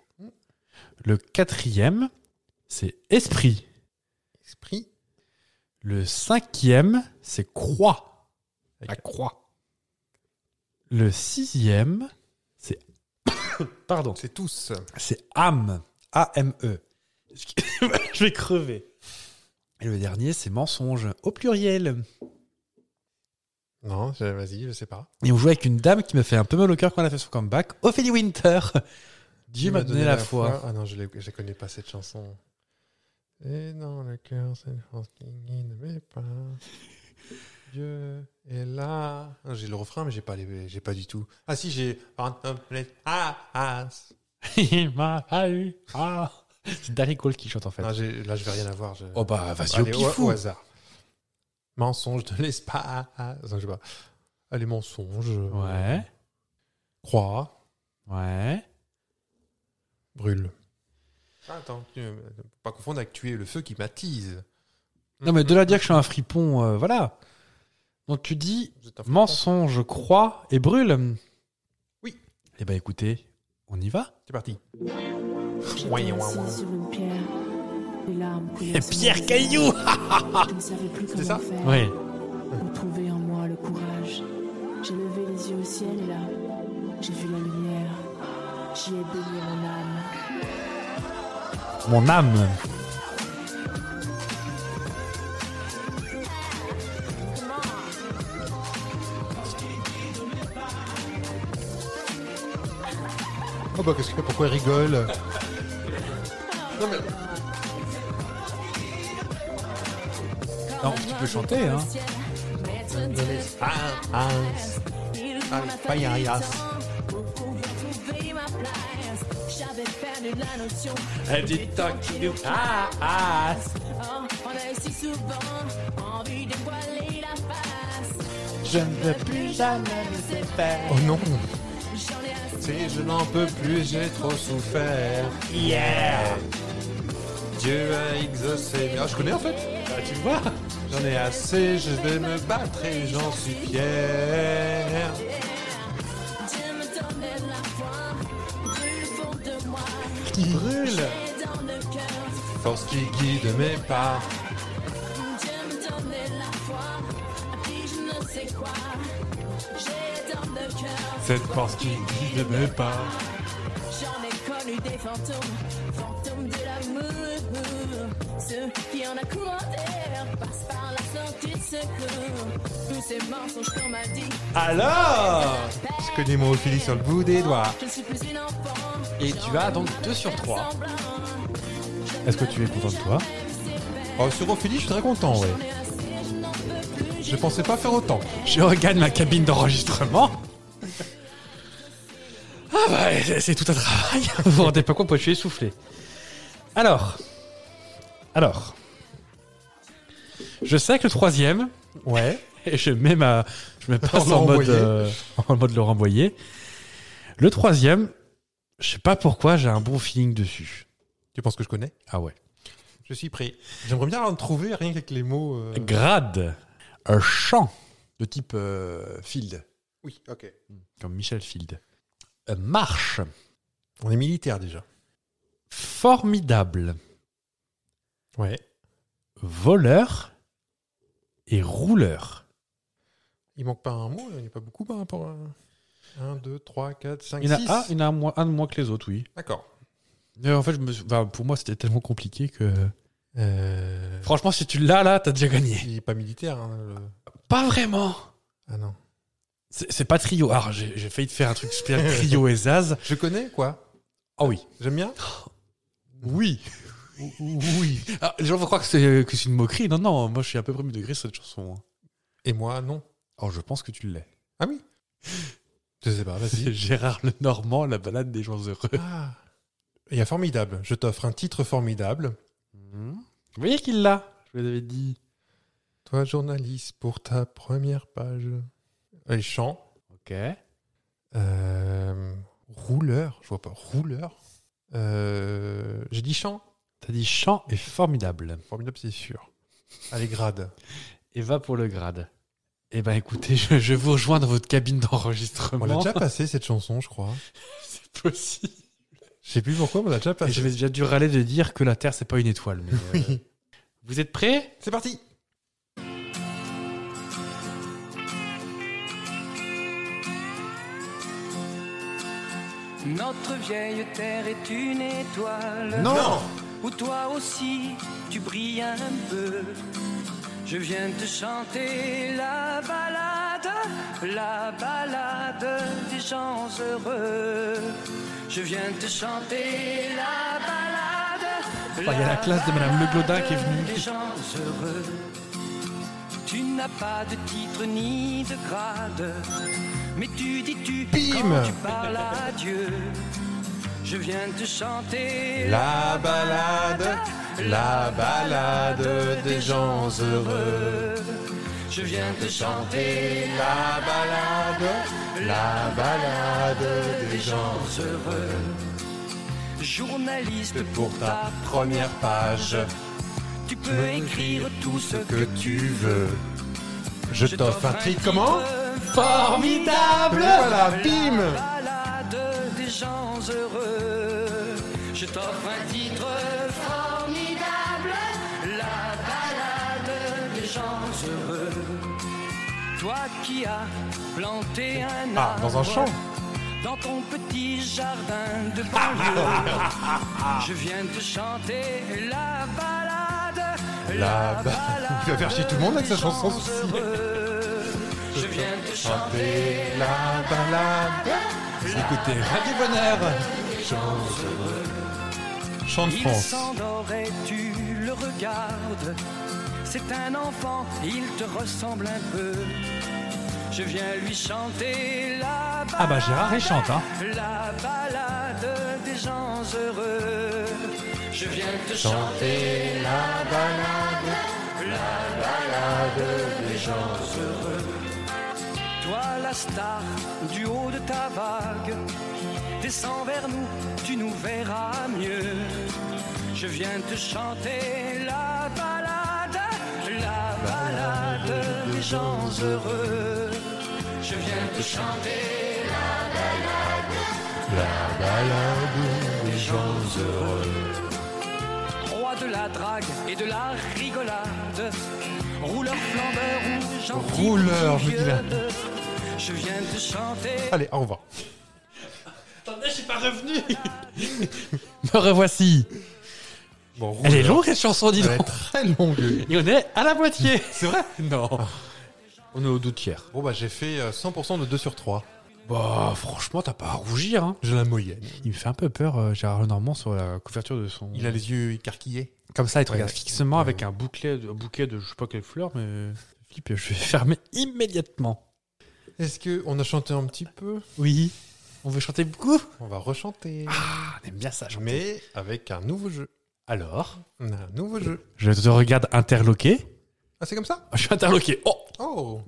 S4: Le quatrième, c'est esprit.
S5: Esprit.
S4: Le cinquième, c'est croix.
S5: La
S4: croix. Le sixième, c'est. Pardon.
S5: C'est tous.
S4: C'est âme. E. A-M-E. Je vais crever. Et le dernier, c'est mensonge. Au pluriel.
S5: Non, je- vas-y, je sais pas.
S4: Et on joue avec une dame qui m'a fait un peu mal au cœur quand elle a fait son comeback. Ophélie Winter. Dieu
S5: Tu
S4: m'a
S5: m'as
S4: donné, la, foi.
S5: Ah non, je l'ai- je la connais pas, cette chanson. Et dans le cœur, c'est une France qui ne mais pas. Dieu est là. Ah, J'ai le refrain, mais j'ai pas, les- j'ai pas du tout. Ah si, j'ai. Ah, ah.
S4: Il m'a eu. Ah. C'est Darry Cole qui chante en fait.
S5: Non, j'ai- là, je vais rien avoir. je-
S4: Ah, Oh bah vas-y au
S5: Allez, au,
S4: pifou.
S5: au hasard. Mensonge de l'espace. Non, je sais pas. Allez, mensonge.
S4: Ouais,
S5: Croix.
S4: ouais.
S5: Brûle. Ah, Attends, tu- faut pas confondre avec tuer le feu qui m'attise.
S4: Non mais de là à dire que je suis un fripon, euh, voilà. Donc tu dis
S5: Vous êtes un
S4: mensonge, crois et brûle.
S5: Oui.
S4: Eh ben écoutez, on y va.
S5: C'est parti.
S10: J'étais assise sur une pierre. Les larmes coulaient sur
S4: Pierre
S10: mon
S4: Caillou
S10: visage. Je ne savais plus comment
S5: ça
S10: faire
S4: Oui.
S10: pour trouver en moi le courage. J'ai levé les yeux au ciel et là, j'ai vu la lumière. J'y ai baigné mon âme.
S4: Mon âme.
S5: Oh bah qu'est-ce que pourquoi elle rigole
S4: Non, tu peux chanter, hein.
S5: Ah,
S4: Elle dit
S5: Je ne veux plus jamais laisser faire. Oh non Si je n'en peux plus, j'ai trop souffert. Yeah Dieu a exaucé. Ah, je connais en fait Tu vois J'en ai assez, je vais me battre et j'en suis fier. Qui brûle Force qui guide mes pas.
S4: Cette force qui guide mes pas.
S10: J'en ai connu vu des fantômes, fantômes de l'amour. Ceux qui en a commentaire passent par la sortie de secours. Tous ces mensonges qu'on m'a dit.
S5: Alors Je connais mon Ophélie sur le bout des doigts.
S10: Je suis plus une enfant.
S4: Et tu as donc 2 sur 3.
S10: Est-ce que tu es
S4: content de toi
S5: Oh, sur Ophélie, je suis très content, ouais. Je pensais pas faire autant.
S4: Je regarde ma cabine d'enregistrement. Ah bah, c'est tout un travail. Vous vous rendez pas compte, moi je suis essoufflé. Alors. Alors. Je sais que le troisième,
S5: Ouais.
S4: et je mets ma. Je me passe en mode,
S5: renvoyer.
S4: euh, en mode le renvoyer. Le troisième, je sais pas pourquoi, j'ai un bon feeling dessus.
S5: Tu penses que je connais
S4: Ah ouais.
S5: Je suis prêt. J'aimerais bien en trouver rien qu'avec les mots. euh,
S4: Grade. Un champ de type euh, field,
S5: Oui, ok.
S4: comme Michel Field. Euh, marche.
S5: On est militaire déjà.
S4: Formidable.
S5: Ouais.
S4: voleur et rouleur.
S5: Il manque pas un mot, il n'y a pas beaucoup par rapport à. 1, 2, 3, 4, 5,
S4: Il y en a,
S5: 6.
S4: ah, il y en a un, moins- un de moins que les autres, oui.
S5: D'accord.
S4: Mais en fait, je me suis- enfin, pour moi, c'était tellement compliqué que.
S5: Euh...
S4: Franchement, si tu l'as là, t'as déjà gagné.
S5: Il n'est pas militaire. hein, le-
S4: Pas vraiment.
S5: Ah non.
S4: C'est c'est pas trio. Alors, j'ai j'ai failli te faire un truc spécial trio et Zaz.
S5: Je connais quoi
S4: Ah oui.
S5: J'aime bien
S4: Oui.
S5: Oui.
S4: Ah, les gens vont croire que c'est que c'est une moquerie. Non, non, moi, je suis à peu près degré sur cette chanson. hein.
S5: Et moi, non.
S4: Alors, je pense que tu l'es.
S5: Ah oui Je sais pas, vas-y.
S4: C'est Gérard Lenormand, la balade des gens heureux.
S5: Ah. Il y a formidable. Je t'offre un titre formidable.
S4: Vous voyez qu'il l'a Je vous avais dit.
S5: Toi, journaliste, pour ta première page. Les chants.
S4: Ok.
S5: Euh, rouleur. Je vois pas. Rouleur. Euh, J'ai dit chant.
S4: T'as dit chant et formidable.
S5: Formidable, c'est sûr. Allez, grade.
S4: et va pour le grade. Eh ben écoutez, je, je vous rejoins dans votre cabine
S5: On l'a
S4: d'enregistrement.
S5: déjà passé cette chanson, je crois.
S4: C'est possible.
S5: Je sais plus pourquoi, mais on l'a déjà
S4: Et
S5: passé.
S4: je vais déjà dû râler de dire que la Terre, c'est pas une étoile. mais, euh, Vous êtes prêts
S5: C'est parti
S9: Notre vieille terre est une étoile. Où toi aussi tu brilles un peu. Je viens te chanter la balade, la balade des gens heureux. Je viens te chanter la balade.
S4: Oh, il y a la classe de Madame Le Glaudin qui est venue.
S9: balade des gens heureux. Tu n'as pas de titre ni de grade, mais tu dis tu quand tu parles à Dieu. Je viens te chanter
S5: La balade, la balade des gens heureux.
S9: Je viens te chanter
S5: La balade, la balade des gens
S9: heureux. Journaliste
S5: heureux. Pour ta première page,
S9: tu peux écrire tout ce que tu
S5: veux. Je
S9: Je
S5: t'offre un titre, comment Ah,
S9: Formidable
S5: Voilà, bim
S9: Balade des gens heureux. Je t'offre un titre formidable. La balade des gens heureux. Toi qui as planté un
S5: Ah,
S9: arbre
S5: dans un champ
S9: dans ton petit jardin de banlieue. Je viens te chanter la balade.
S5: La ba- Tu vas faire chier tout le monde avec sa
S9: des
S5: chanson,
S9: gens
S5: ceci.
S9: heureux. Je viens te chanter.
S5: la balade. Écoutez, Radio Bonheur Chant de
S9: Il
S5: France.
S9: s'endort et tu le regardes. C'est un enfant, il te ressemble un peu. Je viens lui chanter la balade.
S4: Ah bah Gérard, il chante, hein.
S9: La balade des gens heureux. Je viens te chanter.
S5: La balade,
S9: Toi la star du haut de ta vague, descends vers nous, tu nous verras mieux. Je viens te chanter la balade, la balade des gens heureux. Je viens te chanter
S5: la balade des gens heureux.
S9: roi de la drague et de la rigolade. Rouleur, flambeur ou gentil.
S5: Rouleur, je dis là.
S9: Je viens te chanter
S5: Allez, au revoir.
S4: Attendez, suis pas revenu Me revoici
S5: Bon, rouge,
S4: Elle est
S5: alors.
S4: longue cette chanson, dis
S5: Elle
S4: donc
S5: est très longue.
S4: Et on est à la moitié C'est vrai Non On est aux deux tiers.
S5: Bon, bah, j'ai fait euh, 100% de 2 sur 3.
S4: Bah, franchement, t'as pas à rougir, hein
S5: J'ai la moyenne.
S4: Il me fait un peu peur, euh, Gérard Lenormand, sur la couverture de son.
S5: Il a les yeux écarquillés.
S4: Comme ça, il te
S5: Ouais,
S4: regarde
S5: ouais.
S4: fixement
S5: Ouais,
S4: avec un bouquet de, un bouquet de je sais pas quelle fleur, mais. Flip, je vais fermer immédiatement.
S5: Est-ce qu'on a chanté un petit peu
S4: Oui. On veut chanter beaucoup
S5: On va rechanter.
S4: Ah, On aime bien ça, chanter.
S5: Mais avec un nouveau jeu.
S4: Alors
S5: On a un nouveau jeu.
S4: Je te regarde interloqué.
S5: Ah, c'est comme ça
S4: Ah, Je suis interloqué. Oh
S5: Oh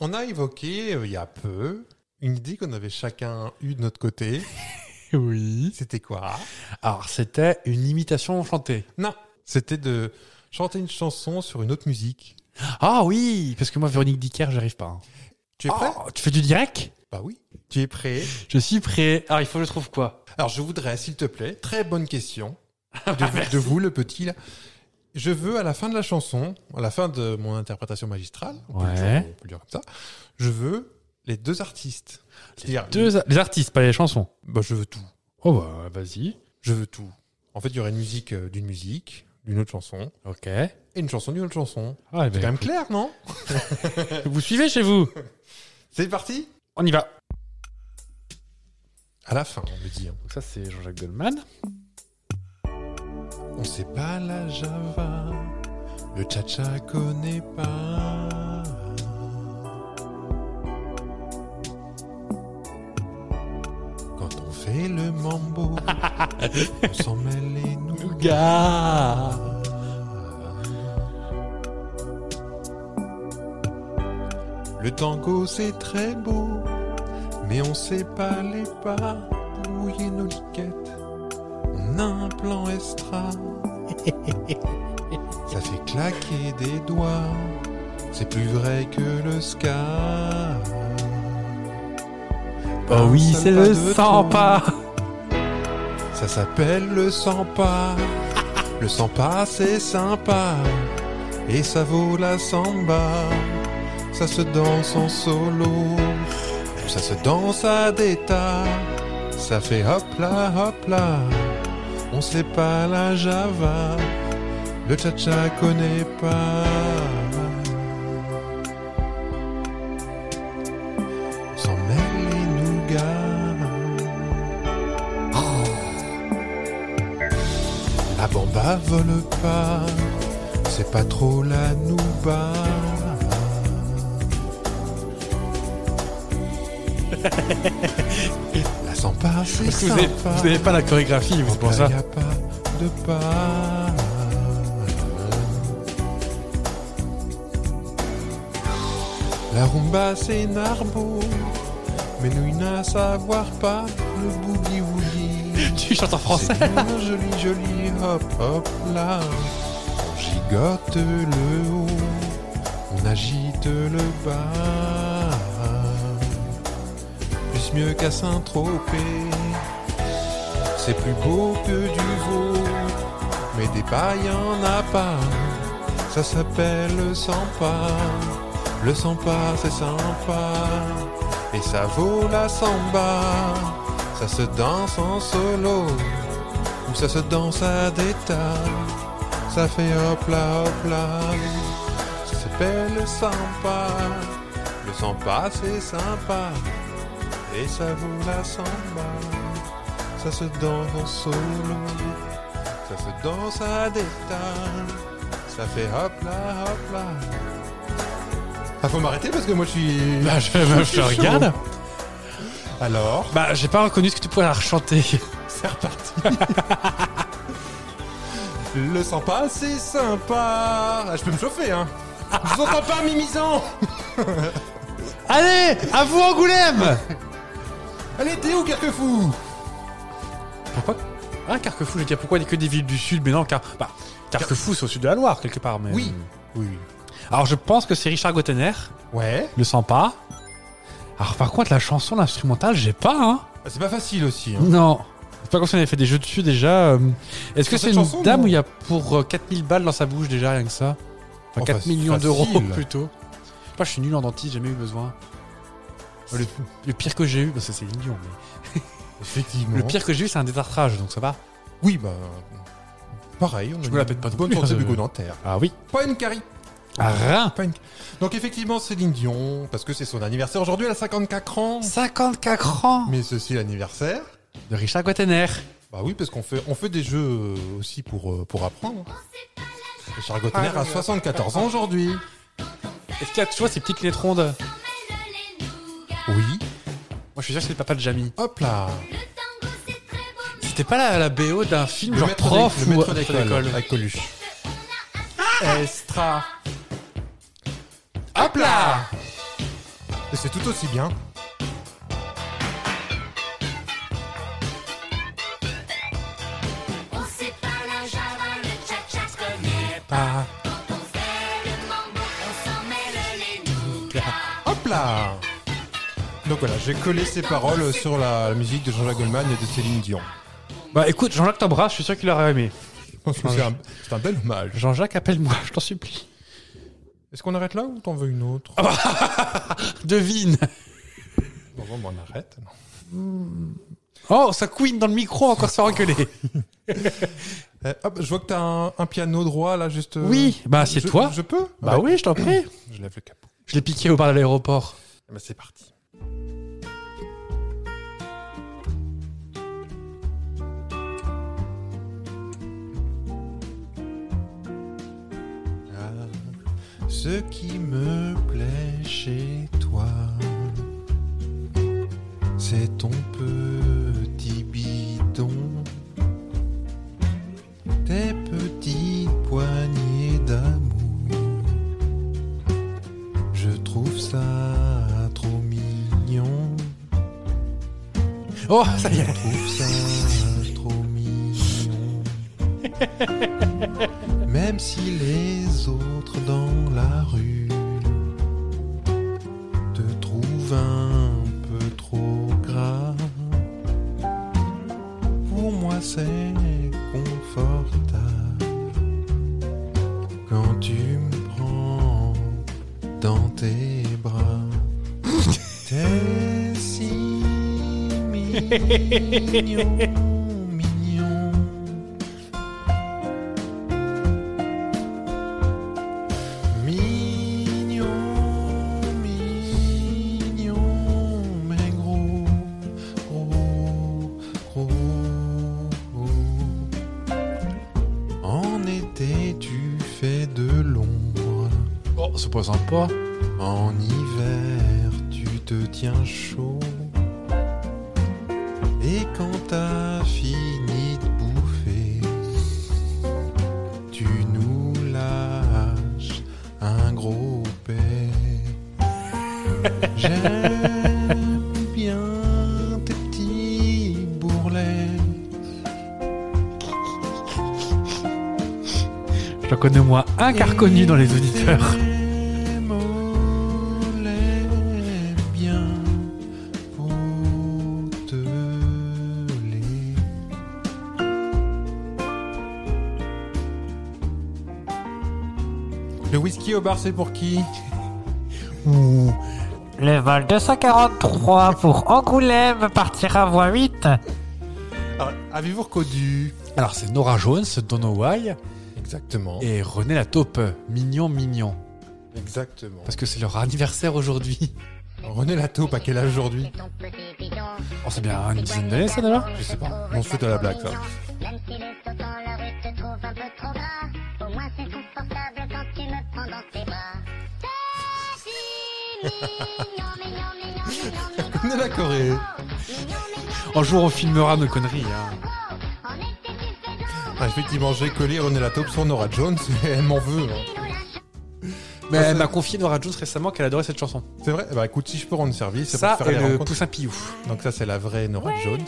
S5: On a évoqué, euh, il y a peu, une idée qu'on avait chacun eue de notre côté.
S4: Oui.
S5: C'était quoi
S4: Alors, c'était une imitation chantée.
S5: Non, c'était de chanter une chanson sur une autre musique.
S4: Ah oui Parce que moi, Véronique Dicker, j'arrive pas. hein.
S5: Tu es prêt
S4: Oh, tu fais du direct
S5: Bah oui. Tu es prêt
S4: Je suis prêt. Alors, il faut que je trouve quoi
S5: Alors je voudrais, s'il te plaît, très bonne question
S4: Ah bah,
S5: de, vous- de vous, le petit là. Je veux à la fin de la chanson, à la fin de mon interprétation magistrale, on, peut, le
S4: Ouais.
S5: dire, on peut le dire comme ça, je veux les deux artistes. C'est-à-dire,
S4: Deux, les artistes, pas les chansons.
S5: bah, je veux tout.
S4: Oh bah, vas-y.
S5: Je veux tout. En fait, il y aurait une musique euh, d'une musique, d'une autre chanson,
S4: Ok.
S5: et une chanson d'une autre chanson.
S4: Ah,
S5: C'est
S4: ben,
S5: quand même clair, non
S4: Vous suivez chez vous
S5: C'est parti
S4: On y va.
S5: À la fin, on me dit. hein.
S4: Donc ça, c'est Jean-Jacques Goldman.
S5: On sait pas la Java, le cha-cha connaît pas. Quand on fait le mambo, on s'en mêle les nougats.
S4: Gars
S5: Le tango c'est très beau, mais on sait pas les pas pour mouiller nos liquettes. On a un plan extra, ça fait claquer des doigts. C'est plus vrai que le ska. Pas
S4: Oh
S5: un
S4: oui,
S5: seul
S4: c'est
S5: pas
S4: le
S5: de
S4: sang
S5: trop.
S4: pas
S5: Ça s'appelle le sans pas. Le sans pas, c'est sympa. Et ça vaut la samba. Ça se danse en solo. Ça se danse à des tas. Ça fait hop là, hop là. On sait pas la Java. Le cha-cha connaît pas. On s'en mêle les nougats. La bamba vole pas, c'est pas trop la nouba. La samba, c'est
S4: Parce que vous avez-
S5: sympa.
S4: vous n'avez pas la chorégraphie, vous, c'est pour ça.
S5: Il a pas de pas. La rumba c'est narbo, mais nous n'a savoir pas le boogie woogie.
S4: Tu chantes en français
S5: C'est bien joli joli hop hop là. On gigote le haut, on agite le bas. Plus mieux qu'à Saint-Tropez. C'est plus beau que du veau, mais des pas y en a pas. Ça s'appelle le pas. Le pas c'est sympa. Et ça vaut la samba. Ça se danse en solo. Ou ça se danse à des tas. Ça fait hop là hop là. Ça s'appelle le samba. Le pas c'est sympa. Et ça vaut la samba. Ça se danse en solo, ça se danse à des tas, ça fait hop là, hop là. Ah, faut m'arrêter parce que moi je suis.
S4: Bah, je, je- je
S5: suis chaud.
S4: regarde.
S5: Alors,
S4: Bah, j'ai pas reconnu ce que tu pouvais la rechanter.
S5: c'est reparti. Le sympa, c'est sympa. Ah, je peux me chauffer, hein. Je vous entends pas, mimisant.
S4: Allez, à vous Angoulême
S5: Allez, t'es où, Carquefou
S4: Pourquoi Ah, Carquefou, je veux dire, pourquoi il n'y a que des villes du sud Mais non, car... bah, Carquefou, c'est au sud de la Loire, quelque part. Mais...
S5: Oui.
S4: Euh,
S5: Oui,
S4: Alors, je pense que c'est Richard Gottener,
S5: Ouais.
S4: le sympa. Alors, par contre, la chanson, l'instrumentale, j'ai pas, hein
S5: Ah, C'est pas facile aussi, hein.
S4: Non. C'est pas comme si on avait fait des jeux dessus déjà. euh, Est-ce que
S5: Sur
S4: c'est
S5: cette
S4: une
S5: chanson,
S4: dame
S5: non
S4: où il y a pour euh, 4000 balles dans sa bouche déjà, rien que ça Enfin,
S5: Oh,
S4: 4
S5: facile.
S4: millions d'euros
S5: Facile.
S4: plutôt. Je sais pas, je suis nul en dentiste, j'ai jamais eu besoin. Le, le pire que j'ai eu, bah, ça c'est mignon, mais.
S5: Effectivement.
S4: Le pire que j'ai eu, c'est un détartrage, donc ça va.
S5: Oui, bah. Pareil, on
S4: Je
S5: a
S4: me
S5: une
S4: la pète pas non
S5: bonne
S4: plus,
S5: santé
S4: hein, je-
S5: bucco-dentaire.
S4: Ah oui.
S5: Pas une carie.
S4: Ah, rien.
S5: Pas une- Donc effectivement, Céline Dion, parce que c'est son anniversaire aujourd'hui, elle a 54 ans.
S4: 54 ans
S5: Mais ceci l'anniversaire.
S4: de Richard Gottener.
S5: Bah oui, parce qu'on fait, on fait des jeux euh, aussi pour, euh, pour apprendre. Richard Gottener
S4: Ah,
S5: a 74 ans aujourd'hui.
S4: Est-ce qu'il y a toujours ces petites lettres rondes
S5: Oui.
S4: Moi, je suis sûr que c'est le papa de Jamie.
S5: Hop là.
S4: C'était pas la, la BO d'un film
S5: Le
S4: genre
S5: maître
S4: prof
S5: d'éc- le
S4: ou
S5: maître d'école avec Coluche. Extra.
S4: Ah.
S5: Hop là Et c'est tout aussi bien. Ah.
S4: Bah,
S5: Hop là Donc voilà, j'ai collé ces paroles sur la, la musique de Jean-Jacques Goldman et de Céline Dion.
S4: Bah écoute, Jean-Jacques t'embrasse, je suis sûr qu'il aurait aimé. Ah
S5: C'est un, c'est un bel hommage.
S4: Jean-Jacques, appelle-moi, je t'en supplie.
S5: Est-ce qu'on arrête là ou t'en veux une autre
S4: Ah. Devine
S5: Bon, bon, bon, on arrête. non.
S4: Oh, ça couine dans le micro, encore se faire
S5: Oh,
S4: engueuler.
S5: Euh, hop, je vois que t'as un, un piano droit là, juste. euh,
S4: Oui, bah c'est
S5: je-
S4: toi.
S5: Je peux
S4: Bah
S5: Ouais.
S4: oui, je t'en prie.
S5: Je lève le capot.
S4: Je l'ai piqué au bar de l'aéroport.
S5: Bah, c'est parti. Ah, Ce qui me plaît chez toi, c'est ton petit bidon, tes petites poignées d'amour. Je trouve ça trop mignon.
S4: Oh, ça y est.
S5: Je trouve ça trop mignon. Même si les autres dans la rue te trouvent un peu trop gras. Pour moi, c'est confortable quand tu me prends dans tes bras. T'es si mignon, mignon. Mignon, mignon, mais gros, gros, gros, gros. En été, tu fais de l'ombre.
S4: Oh, c'est pas sympa.
S5: En hiver, tu te tiens chaud. Et quand t'as fini de bouffer, tu nous lâches un gros paix. J'aime bien tes petits bourrelets.
S4: J'en connais au moins un quart connu dans les auditeurs.
S5: J'aime, oh, l'aime bien pour te les Le whisky au bar, c'est pour qui
S11: Le vol 243 pour Angoulême partira voie 8.
S5: Alors, Avez-vous reconnu
S4: Alors, c'est Nora Jones, Donoway
S5: Exactement.
S4: et René La Taupe. Mignon, mignon.
S5: Exactement.
S4: Parce que c'est leur anniversaire aujourd'hui.
S5: René Lataupe, à quel âge aujourd'hui
S4: Oh, c'est bien une dizaine d'années, ça, d'abord
S5: Je sais pas. On se fait de la blague, ça. René la Corée.
S4: Un jour, on filmera nos conneries. hein.
S5: Ah, effectivement, j'ai collé René Lataupe sur Nora Jones et elle m'en veut. hein.
S4: Mais
S5: Ah,
S4: elle
S5: ça-
S4: m'a confié Nora Jones récemment qu'elle adorait cette chanson.
S5: C'est vrai Bah écoute, si je peux rendre service, c'est
S4: Ça
S5: pour
S4: et
S5: faire les
S4: le
S5: rencontres.
S4: Poussin Piou.
S5: Donc ça, c'est la vraie Nora Jones,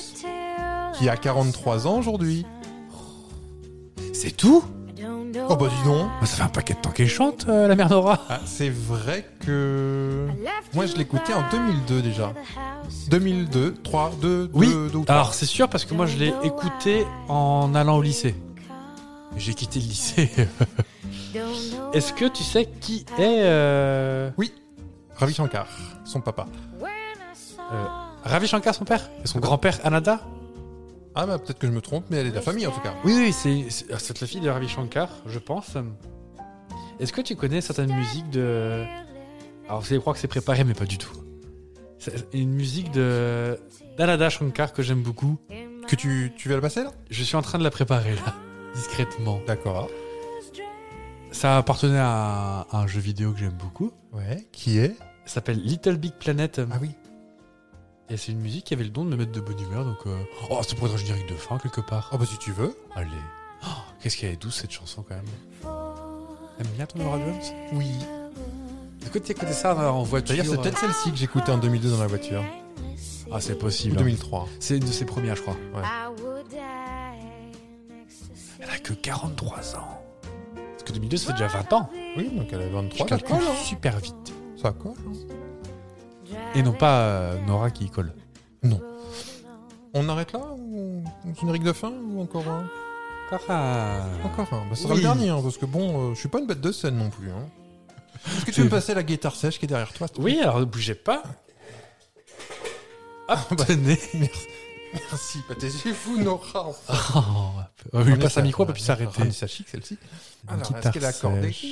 S5: qui a 43 ans aujourd'hui.
S4: Oh. C'est tout
S5: Oh bah dis donc
S4: Bah, Ça fait un paquet de temps qu'elle chante, euh, la mère Nora.
S5: Ah, C'est vrai que... Moi, je l'écoutais en 2002 déjà. 2002, 3, 2,
S4: Oui.
S5: 2, 2 ou 3.
S4: Alors, c'est sûr parce que moi, je l'ai écoutée en allant au lycée. J'ai quitté le lycée. Est-ce que tu sais qui est euh,
S5: Oui, Ravi Shankar, son papa. Euh,
S4: Ravi Shankar, son père Et son grand-père, Ananda
S5: Ah, bah peut-être que je me trompe, mais elle est de la famille en tout cas.
S4: Oui, oui, c'est- c'est ah, c'est la fille de Ravi Shankar, je pense. Est-ce que tu connais certaines musiques de. Alors, vous allez croire que c'est préparé, mais pas du tout. C'est une musique de. d'Ananda Shankar que j'aime beaucoup.
S5: Que tu, tu vas le passer là
S4: Je suis en train de la préparer, là, discrètement.
S5: D'accord.
S4: Ça appartenait à un, à un jeu vidéo que j'aime beaucoup.
S5: Ouais, qui est
S4: Ça s'appelle Little Big Planet.
S5: Ah oui.
S4: Et c'est une musique qui avait le don de me mettre de bonne humeur, donc. euh, Oh, c'est pour être un générique de fin, quelque part.
S5: Oh, bah si tu veux.
S4: Allez. Oh, Qu'est-ce qu'elle est douce cette chanson quand même. T'aimes bien ton Laura Jones
S5: Oui.
S4: Écoute, t'as écouté ça euh, en voiture.
S5: D'ailleurs, c'est
S4: euh,
S5: peut-être celle-ci que j'écoutais en 2002 dans la voiture.
S4: Ah, c'est
S5: Ou
S4: possible. hein.
S5: 2003.
S4: C'est une de ses premières, je crois.
S1: I would die next to see
S4: Elle a Bah, que 43 ans. Parce que 2002, ça fait déjà 20 ans.
S5: Oui, donc elle a 23.
S4: Je
S5: ça
S4: calcule
S5: colle, hein.
S4: super vite.
S5: Ça colle. hein.
S4: Et non pas euh, Nora qui y colle.
S5: On arrête là ou on- on générique de fin ou encore un
S4: Encore un.
S5: Encore un. Bah, ce sera
S4: Oui.
S5: le dernier, hein, parce que bon, euh, je suis pas une bête de scène non plus. hein. Est-ce que tu veux passer la guitare sèche qui est derrière toi s'il te
S4: Oui, alors ne bougez pas. Ah, tenez.
S5: plaît Merci, bah, t'es c'est fou, Nora.
S4: Oh, on lui passe un micro, on peut plus s'arrêter.
S5: Randy Sachi, celle-ci. Alors, est-ce qu'elle a accordé
S4: sèche.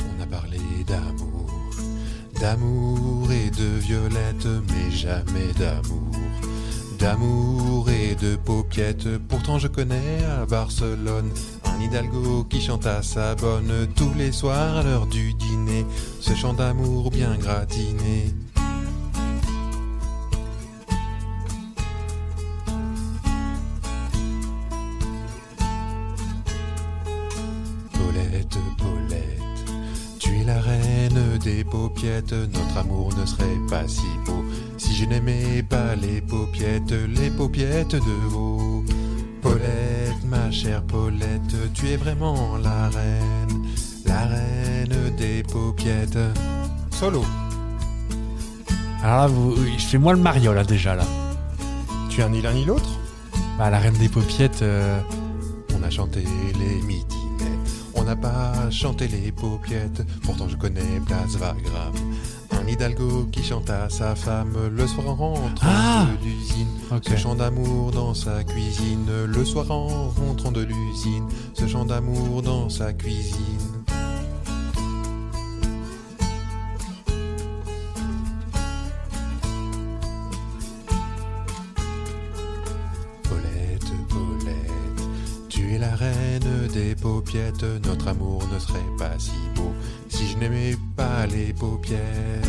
S5: On a parlé d'amour, d'amour et de violette, mais jamais d'amour. D'amour et de paupiètes, pourtant je connais à Barcelone un hidalgo qui chante à sa bonne tous les soirs à l'heure du dîner, ce chant d'amour bien gratiné. Paulette, Paulette, tu es la reine des paupiettes, notre amour ne serait pas si beau si je n'aimais pas les paupiettes, les paupiettes de veau. Paulette, ma chère Paulette, tu es vraiment la reine, la reine des paupiettes. Solo,
S4: Alors là, vous- je fais moins le Mario là déjà. là.
S5: tu es ni l'un ni l'autre
S4: Bah, la reine des paupiettes. euh,
S5: On a chanté les midinettes, on n'a pas chanté les paupiettes, pourtant je connais Blas Wagram. Un hidalgo qui chante à sa femme le soir en rentrant
S4: Ah
S5: de l'usine.
S4: Ok.
S5: Ce chant d'amour dans sa cuisine, le soir en rentrant de l'usine. Ce chant d'amour dans sa cuisine. Paulette, Paulette, tu es la reine des paupiettes. Notre amour ne serait pas si beau si je n'aimais pas les paupiettes.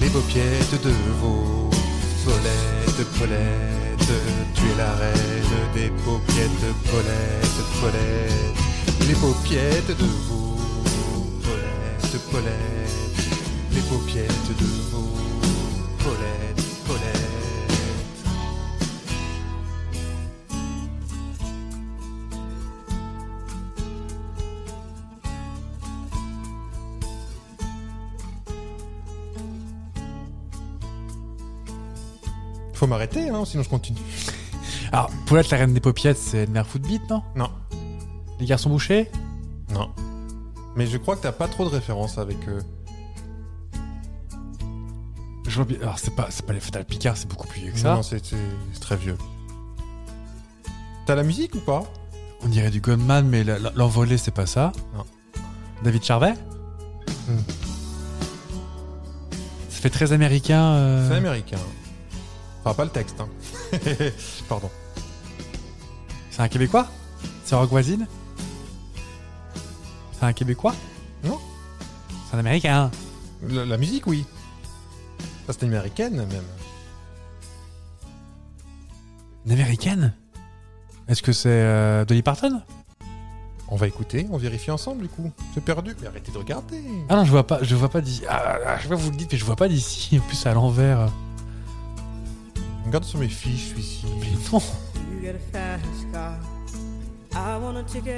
S5: les paupiètes de veau. Paulette, Paulette, tu es la reine des paupiètes. Paulette, Paulette, les paupiètes de veau. Paulette, Paulette, les paupiètes de veau. Paulette, Paulette. Faut m'arrêter, hein, sinon je continue.
S4: Alors, pour être la reine des paupiettes, c'est Mère Footbeat, non
S5: Non,
S4: Les garçons bouchés
S5: non. Mais je crois que t'as pas trop de références avec euh, eux.
S4: Je vois bien. Alors, c'est pas, c'est pas les Fatal Picard, c'est beaucoup plus vieux que ça.
S5: Non, c'est c'est- c'est très vieux. T'as la musique ou pas
S4: On dirait du Goldman, mais la- la- l'envolée, c'est pas ça.
S5: Non.
S4: David Charvet
S5: Hmm.
S4: Ça fait très américain. euh,
S5: C'est américain. Enfin, pas le texte. hein. Pardon.
S4: C'est un Québécois C'est Rock Voisine C'est un Québécois
S5: Non.
S4: C'est un Américain.
S5: La, la musique, oui. Ça, c'est américaine, même.
S4: Une Américaine Est-ce que c'est euh, Dolly Parton
S5: On va écouter, on vérifie ensemble, du coup. C'est perdu. Mais arrêtez de regarder.
S4: Ah non, je vois pas, ah, je vois pas d'ici. Ah, ah, je sais pas, vous le dites, mais je vois pas d'ici. En plus, c'est à l'envers.
S5: Regarde sur mes fiches, celui-ci.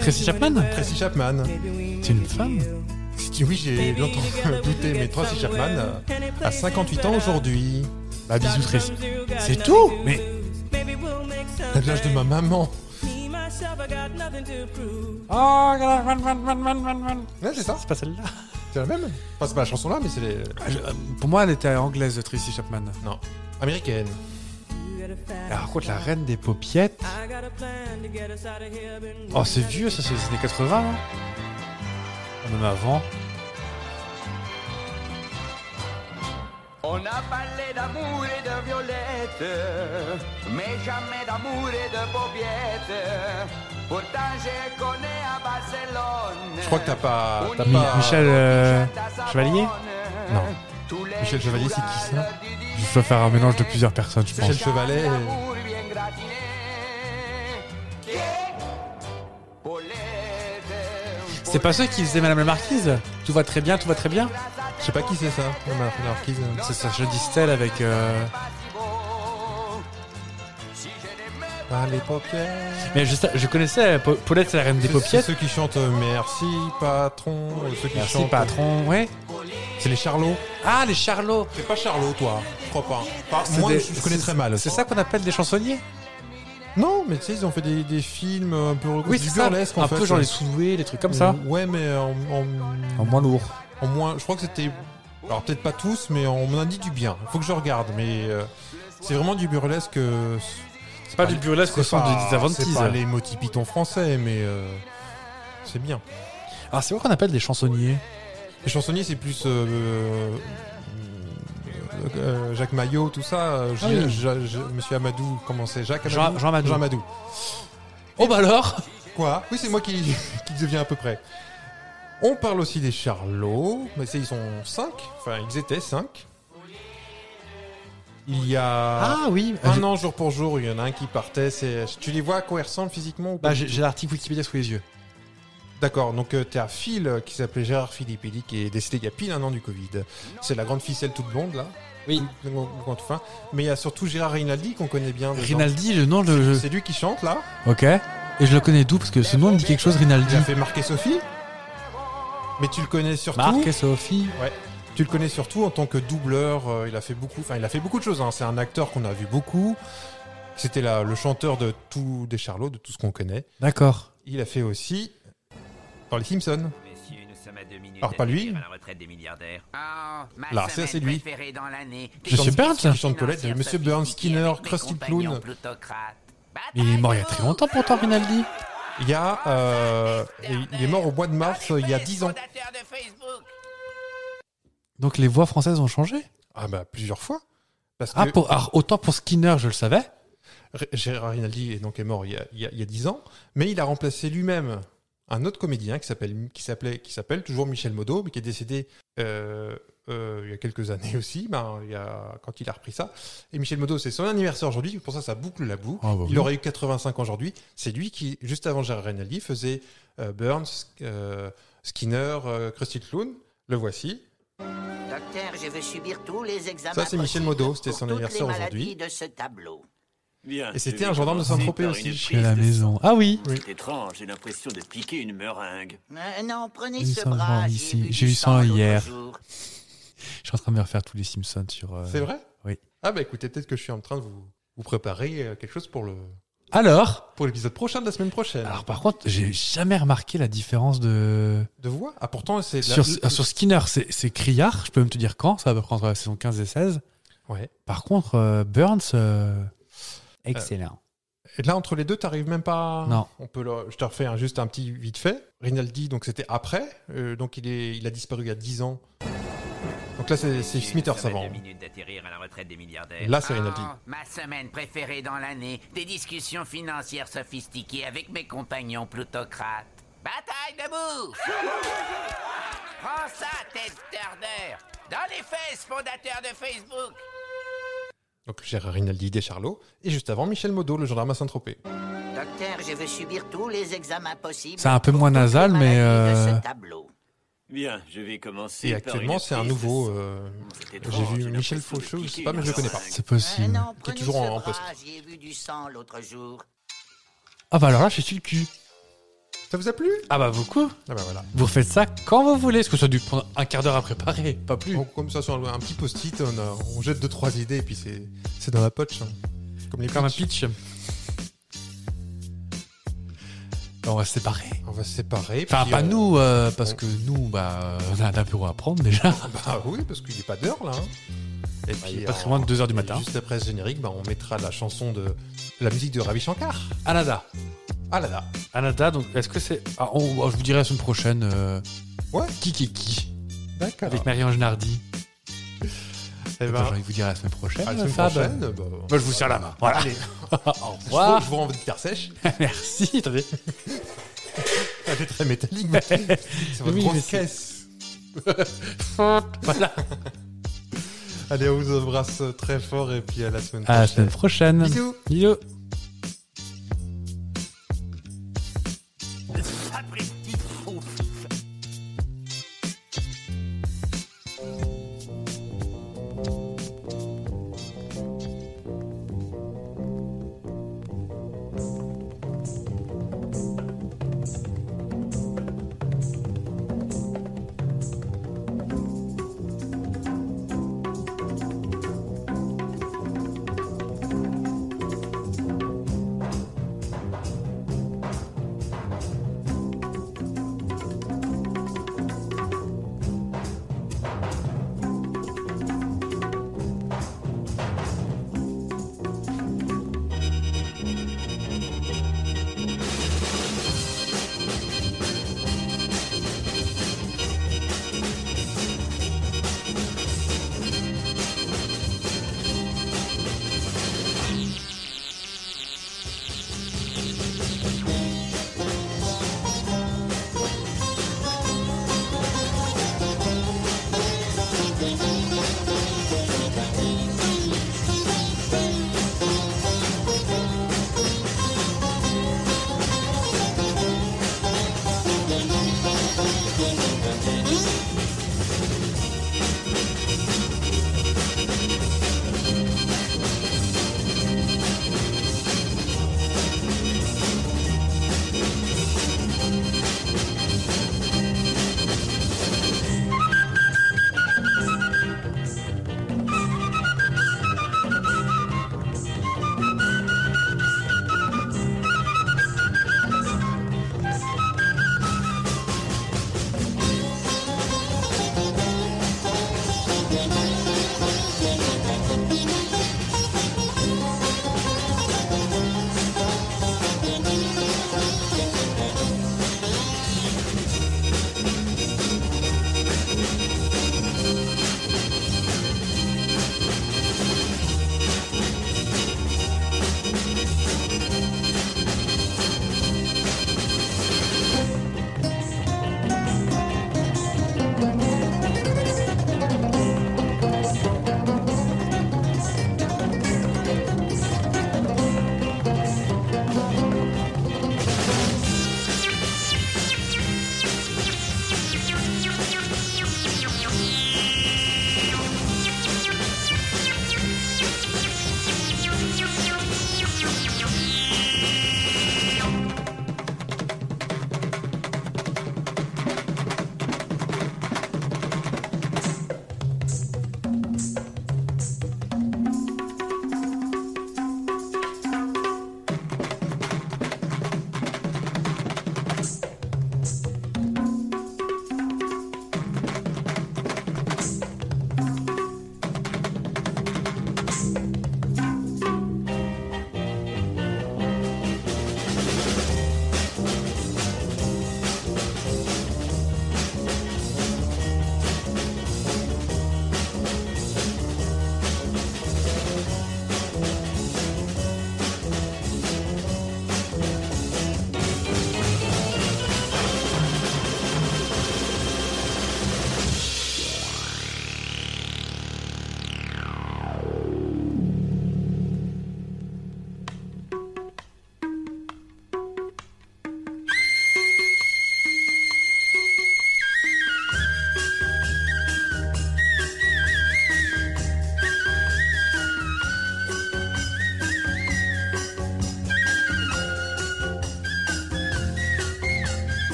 S4: Tracy Chapman
S5: Tracy Chapman.
S4: C'est une femme
S5: Si tu- Oui, j'ai longtemps douté, mais Tracy Chapman euh, a 58 ans aujourd'hui.
S4: Bah, bisous, Tracy.
S5: C'est tout
S4: Mais
S5: T'as l'âge de ma maman.
S11: Oh, gala- man, man, man, man, man, man.
S5: Ouais, c'est ça.
S4: Ah, c'est pas celle-là. euh,
S5: C'est la même. Enfin, c'est pas la chanson là, mais c'est les... euh,
S4: Pour moi, elle était anglaise, Tracy Chapman.
S5: Non. Américaine.
S4: Alors, par contre, la reine des paupiettes. Oh, c'est vieux, ça, c'est les années 80, non Ah, Même avant.
S9: On a parlé d'amour et de violette, mais jamais d'amour et de paupiette. Pourtant je connais à Barcelone.
S5: Je crois que t'as pas... T'as
S4: Mi-
S5: pas...
S4: Michel euh, Chevalier
S5: Non. Michel Chevalier, c'est qui ça
S4: Je dois faire un mélange de plusieurs personnes, je
S5: Michel
S4: pense.
S5: Chevalet.
S4: C'est pas ceux qui faisaient Madame la Marquise Tout va très bien, tout va très bien
S5: Je sais pas qui c'est ça. Non, mais la marquise, euh,
S4: C'est Sacha Distel avec... euh,
S5: c'est pas les paupières.
S4: Mais je, sais- je connaissais Pa- Paulette, c'est la reine des
S5: C'est- c'est
S4: paupiettes.
S5: Ceux qui chantent euh, Merci patron, euh, ceux qui
S4: Merci
S5: chantent. euh,
S4: patron, ouais.
S5: C'est les Charlots.
S4: Ah, les Charlots
S5: C'est pas Charlot, toi. Je crois pas. Pas-
S4: C'est
S5: moi,
S4: des-
S5: je, je connais
S4: c'est-
S5: très mal.
S4: C'est ça qu'on appelle des chansonniers
S5: Non, mais tu sais, ils ont fait des, des films un peu
S4: Oui,
S5: du
S4: c'est ça.
S5: burlesque, en
S4: Un
S5: fait. euh.
S4: peu genre les soudoués, les trucs comme ça.
S5: Mm. Ouais, mais euh, en, en,
S4: En moins lourd.
S5: en moins. Je crois que c'était. Alors peut-être pas tous, mais on m'en a dit du bien. Faut que je regarde, mais euh, c'est vraiment du burlesque. euh,
S4: C'est pas du burlesque au
S5: c'est
S4: sens
S5: pas-
S4: du
S5: C'est
S4: Disavantis.
S5: pas les motifs python français, mais euh, c'est bien.
S4: Alors, c'est quoi qu'on appelle des chansonniers
S5: Les chansonniers, c'est plus euh, euh, euh, Jacques Maillot, tout ça. euh,
S4: Ah
S5: J-
S4: oui.
S5: J- J- Monsieur Amadou, comment c'est Jacques Amadou
S4: Jean- Jean Amadou.
S5: Amadou.
S4: Oh bah alors
S5: Quoi Oui, c'est moi qui, qui deviens à peu près. On parle aussi des Charlots, mais c'est- ils sont 5, enfin ils étaient 5. Il y a
S4: Ah oui
S5: un an jour pour jour, il y en a un qui partait. c'est- Tu les vois à quoi ils ressemblent physiquement ou pas
S4: Bah, j'ai j'ai l'article Wikipédia sous les yeux.
S5: D'accord, donc euh, t'es à Phil euh, qui s'appelait Gérard Philippelli qui est décédé il y a pile un an du Covid. C'est la grande ficelle toute blonde là.
S4: Oui.
S5: Toute- toute- toute fin. Mais il y a surtout Gérard Rinaldi qu'on connaît bien. dedans.
S4: Rinaldi, le nom de le jeu.
S5: C'est lui qui chante là.
S4: Ok. Et je le connais d'où Parce que ce nom me dit quelque chose, Rinaldi.
S5: Il a fait marquer Sophie. Mais tu le connais surtout.
S4: Marc et Sophie.
S5: Tu le connais surtout en tant que doubleur. euh, il a fait beaucoup. Enfin, il a fait beaucoup de choses. hein. C'est un acteur qu'on a vu beaucoup. C'était la- le chanteur de tout des Charlots, de tout ce qu'on connaît.
S4: D'accord.
S5: Il a fait aussi dans les Simpsons.
S12: Messieurs, nous sommes à deux minutes
S5: Alors,
S12: de
S5: pas lui.
S12: finir à la retraite des milliardaires.
S5: Là, ça, c'est lui.
S4: Je suis Burns.
S5: Qui chante Paulette, il y a Monsieur Burns, Skinner, Krusty Clown.
S4: Mais il est mort il y a très longtemps pourtant, Rinaldi.
S5: Il y a, euh, il est mort au mois de mars euh, il y a 10 ans.
S4: Donc les voix françaises ont changé
S5: Ah bah plusieurs fois. Parce que
S4: ah, pour, alors, autant pour Skinner, je le savais.
S5: Ré- Gérard Rinaldi est donc est mort il y, a, il, y a, il y a 10 ans, mais il a remplacé lui-même un autre comédien qui s'appelle qui s'appelait qui s'appelle toujours Michel Modo, mais qui est décédé euh, euh, il y a quelques années aussi. Ben, il y a, quand il a repris ça, et Michel Modo, c'est son anniversaire aujourd'hui, pour ça ça boucle la boucle.
S4: Ah bah
S5: il
S4: oui.
S5: aurait eu 85 ans aujourd'hui. C'est lui qui juste avant Gérard Rinaldi faisait euh, Burns, euh, Skinner, euh, Krusty Clown. Le voici.
S13: Docteur, je veux subir tous les examens.
S5: Ça, c'est Michel
S13: possibles
S5: Modo, c'était
S13: Ah, pour
S5: son
S13: toutes
S5: anniversaire
S13: les maladies
S5: aujourd'hui.
S13: de ce tableau.
S14: Bien,
S5: Et c'était
S14: je vais
S5: un gendarme de
S14: commencer
S5: Saint-Tropez
S14: par
S5: aussi.
S14: une
S4: Chez
S14: prise
S4: la
S14: de
S4: maison. Ah oui.
S14: sang. C'est étrange, j'ai l'impression de piquer une meringue.
S13: Euh, non, prenez
S4: J'ai eu
S13: ce
S4: ça
S13: bras.
S4: avant,
S13: j'y ai
S4: ici.
S13: vu
S4: J'ai
S13: du
S4: eu ça
S13: l'autre
S4: hier.
S13: jour.
S4: Je suis en train de me refaire tous les Simpsons sur. euh,
S5: C'est vrai
S4: Oui.
S5: Ah bah écoutez, peut-être que je suis en train de vous, vous préparer euh, quelque chose pour le
S4: Alors,
S5: pour l'épisode prochain de la semaine prochaine.
S4: alors par contre, j'ai jamais remarqué la différence de.
S5: de voix Ah pourtant c'est de la-
S4: Sur, euh, sur Skinner, c'est c'est criard. Je peux même te dire quand. Ça va prendre la saison 15 et 16.
S5: Ouais.
S4: Par contre, euh, Burns. euh, Excellent.
S5: Et là entre les deux, t'arrives même pas.
S4: Non.
S5: On peut le- je te refais un- juste un petit vite fait. Rinaldi donc c'était après, euh, donc il est il a disparu il y a 10 ans. Donc là c'est c'est Smithers avant.
S12: d'atterrir à la retraite des milliardaires.
S5: Là c'est Rinaldi.
S13: Oh, ma semaine préférée dans l'année, des discussions financières sophistiquées avec mes compagnons plutocrates. Bataille debout Prends ça, tête turner Dans les fesses, fondateur de Facebook
S5: Donc Gérard Rinaldi des Charlots et juste avant Michel Modo le gendarme à Saint-Tropez.
S13: Docteur, je veux subir tous les examens possibles.
S4: C'est un peu
S13: pour
S4: moins
S13: toutes les
S4: nasal, mais,
S13: maladies de
S4: euh,
S13: ce tableau.
S14: Bien, je vais commencer.
S5: Et
S14: par
S5: actuellement,
S14: une
S5: c'est un
S14: actrice.
S5: nouveau. euh,
S14: C'était
S5: J'ai
S14: drôle, j'ai
S5: vu
S14: l'impression
S5: Michel
S14: de
S5: Faucheux, je sais
S14: piquer
S5: pas, mais je le
S14: une
S5: connais pas.
S14: seringue.
S4: C'est
S13: Eh
S4: possible.
S9: Ah
S5: Qui est toujours en, en poste.
S13: J'ai vu du sang l'autre jour.
S4: Ah bah alors là, je suis le cul.
S5: Ça vous a plu
S4: Ah bah beaucoup.
S5: Ah bah voilà.
S4: Vous faites ça quand vous voulez, parce que ça a dû prendre un quart d'heure à préparer, pas plus.
S5: Bon, comme ça, sur un, un petit post-it, on, a- on jette deux trois idées et puis c'est c'est dans la poche. hein. Comme les
S4: Comme un
S5: pitchs.
S4: pitch. On va se séparer.
S5: On va se séparer.
S4: Enfin,
S5: puis
S4: pas
S5: on-
S4: nous, euh, parce
S5: on-
S4: que nous, bah, on a un apéro à prendre déjà.
S5: Bah oui, parce qu'il n'est pas d'heure là. hein. Et euh,
S4: il est pas très loin de 2h du matin.
S5: Juste après ce générique, bah, on mettra la chanson de la musique de Ravi Shankar.
S4: Anada.
S5: Ah là là.
S4: Anada, donc est-ce que c'est. Ah, on- je vous dirai la semaine prochaine. euh,
S5: Ouais.
S4: Qui qui qui
S5: D'accord.
S4: Avec Marie-Ange Nardi.
S5: Ah.
S4: Eh
S5: Eh ben,
S4: ben, J'ai envie de vous dire à la semaine prochaine.
S5: à la semaine
S4: Fab.
S5: prochaine. bah,
S4: Moi, je vous serre la main. Voilà.
S5: Allez,
S4: Au
S5: je vous-
S4: revoir.
S5: je vous rends votre terre sèche.
S4: Merci. attendez.
S5: Elle est très métallique. mais C'est votre
S4: Oui, mais
S5: grosse
S4: c'est-
S5: caisse.
S4: voilà.
S5: Allez, on vous embrasse très fort et puis à la semaine
S4: À la
S5: prochaine.
S4: semaine prochaine.
S5: Bisous.
S4: Bisous.
S14: Patrick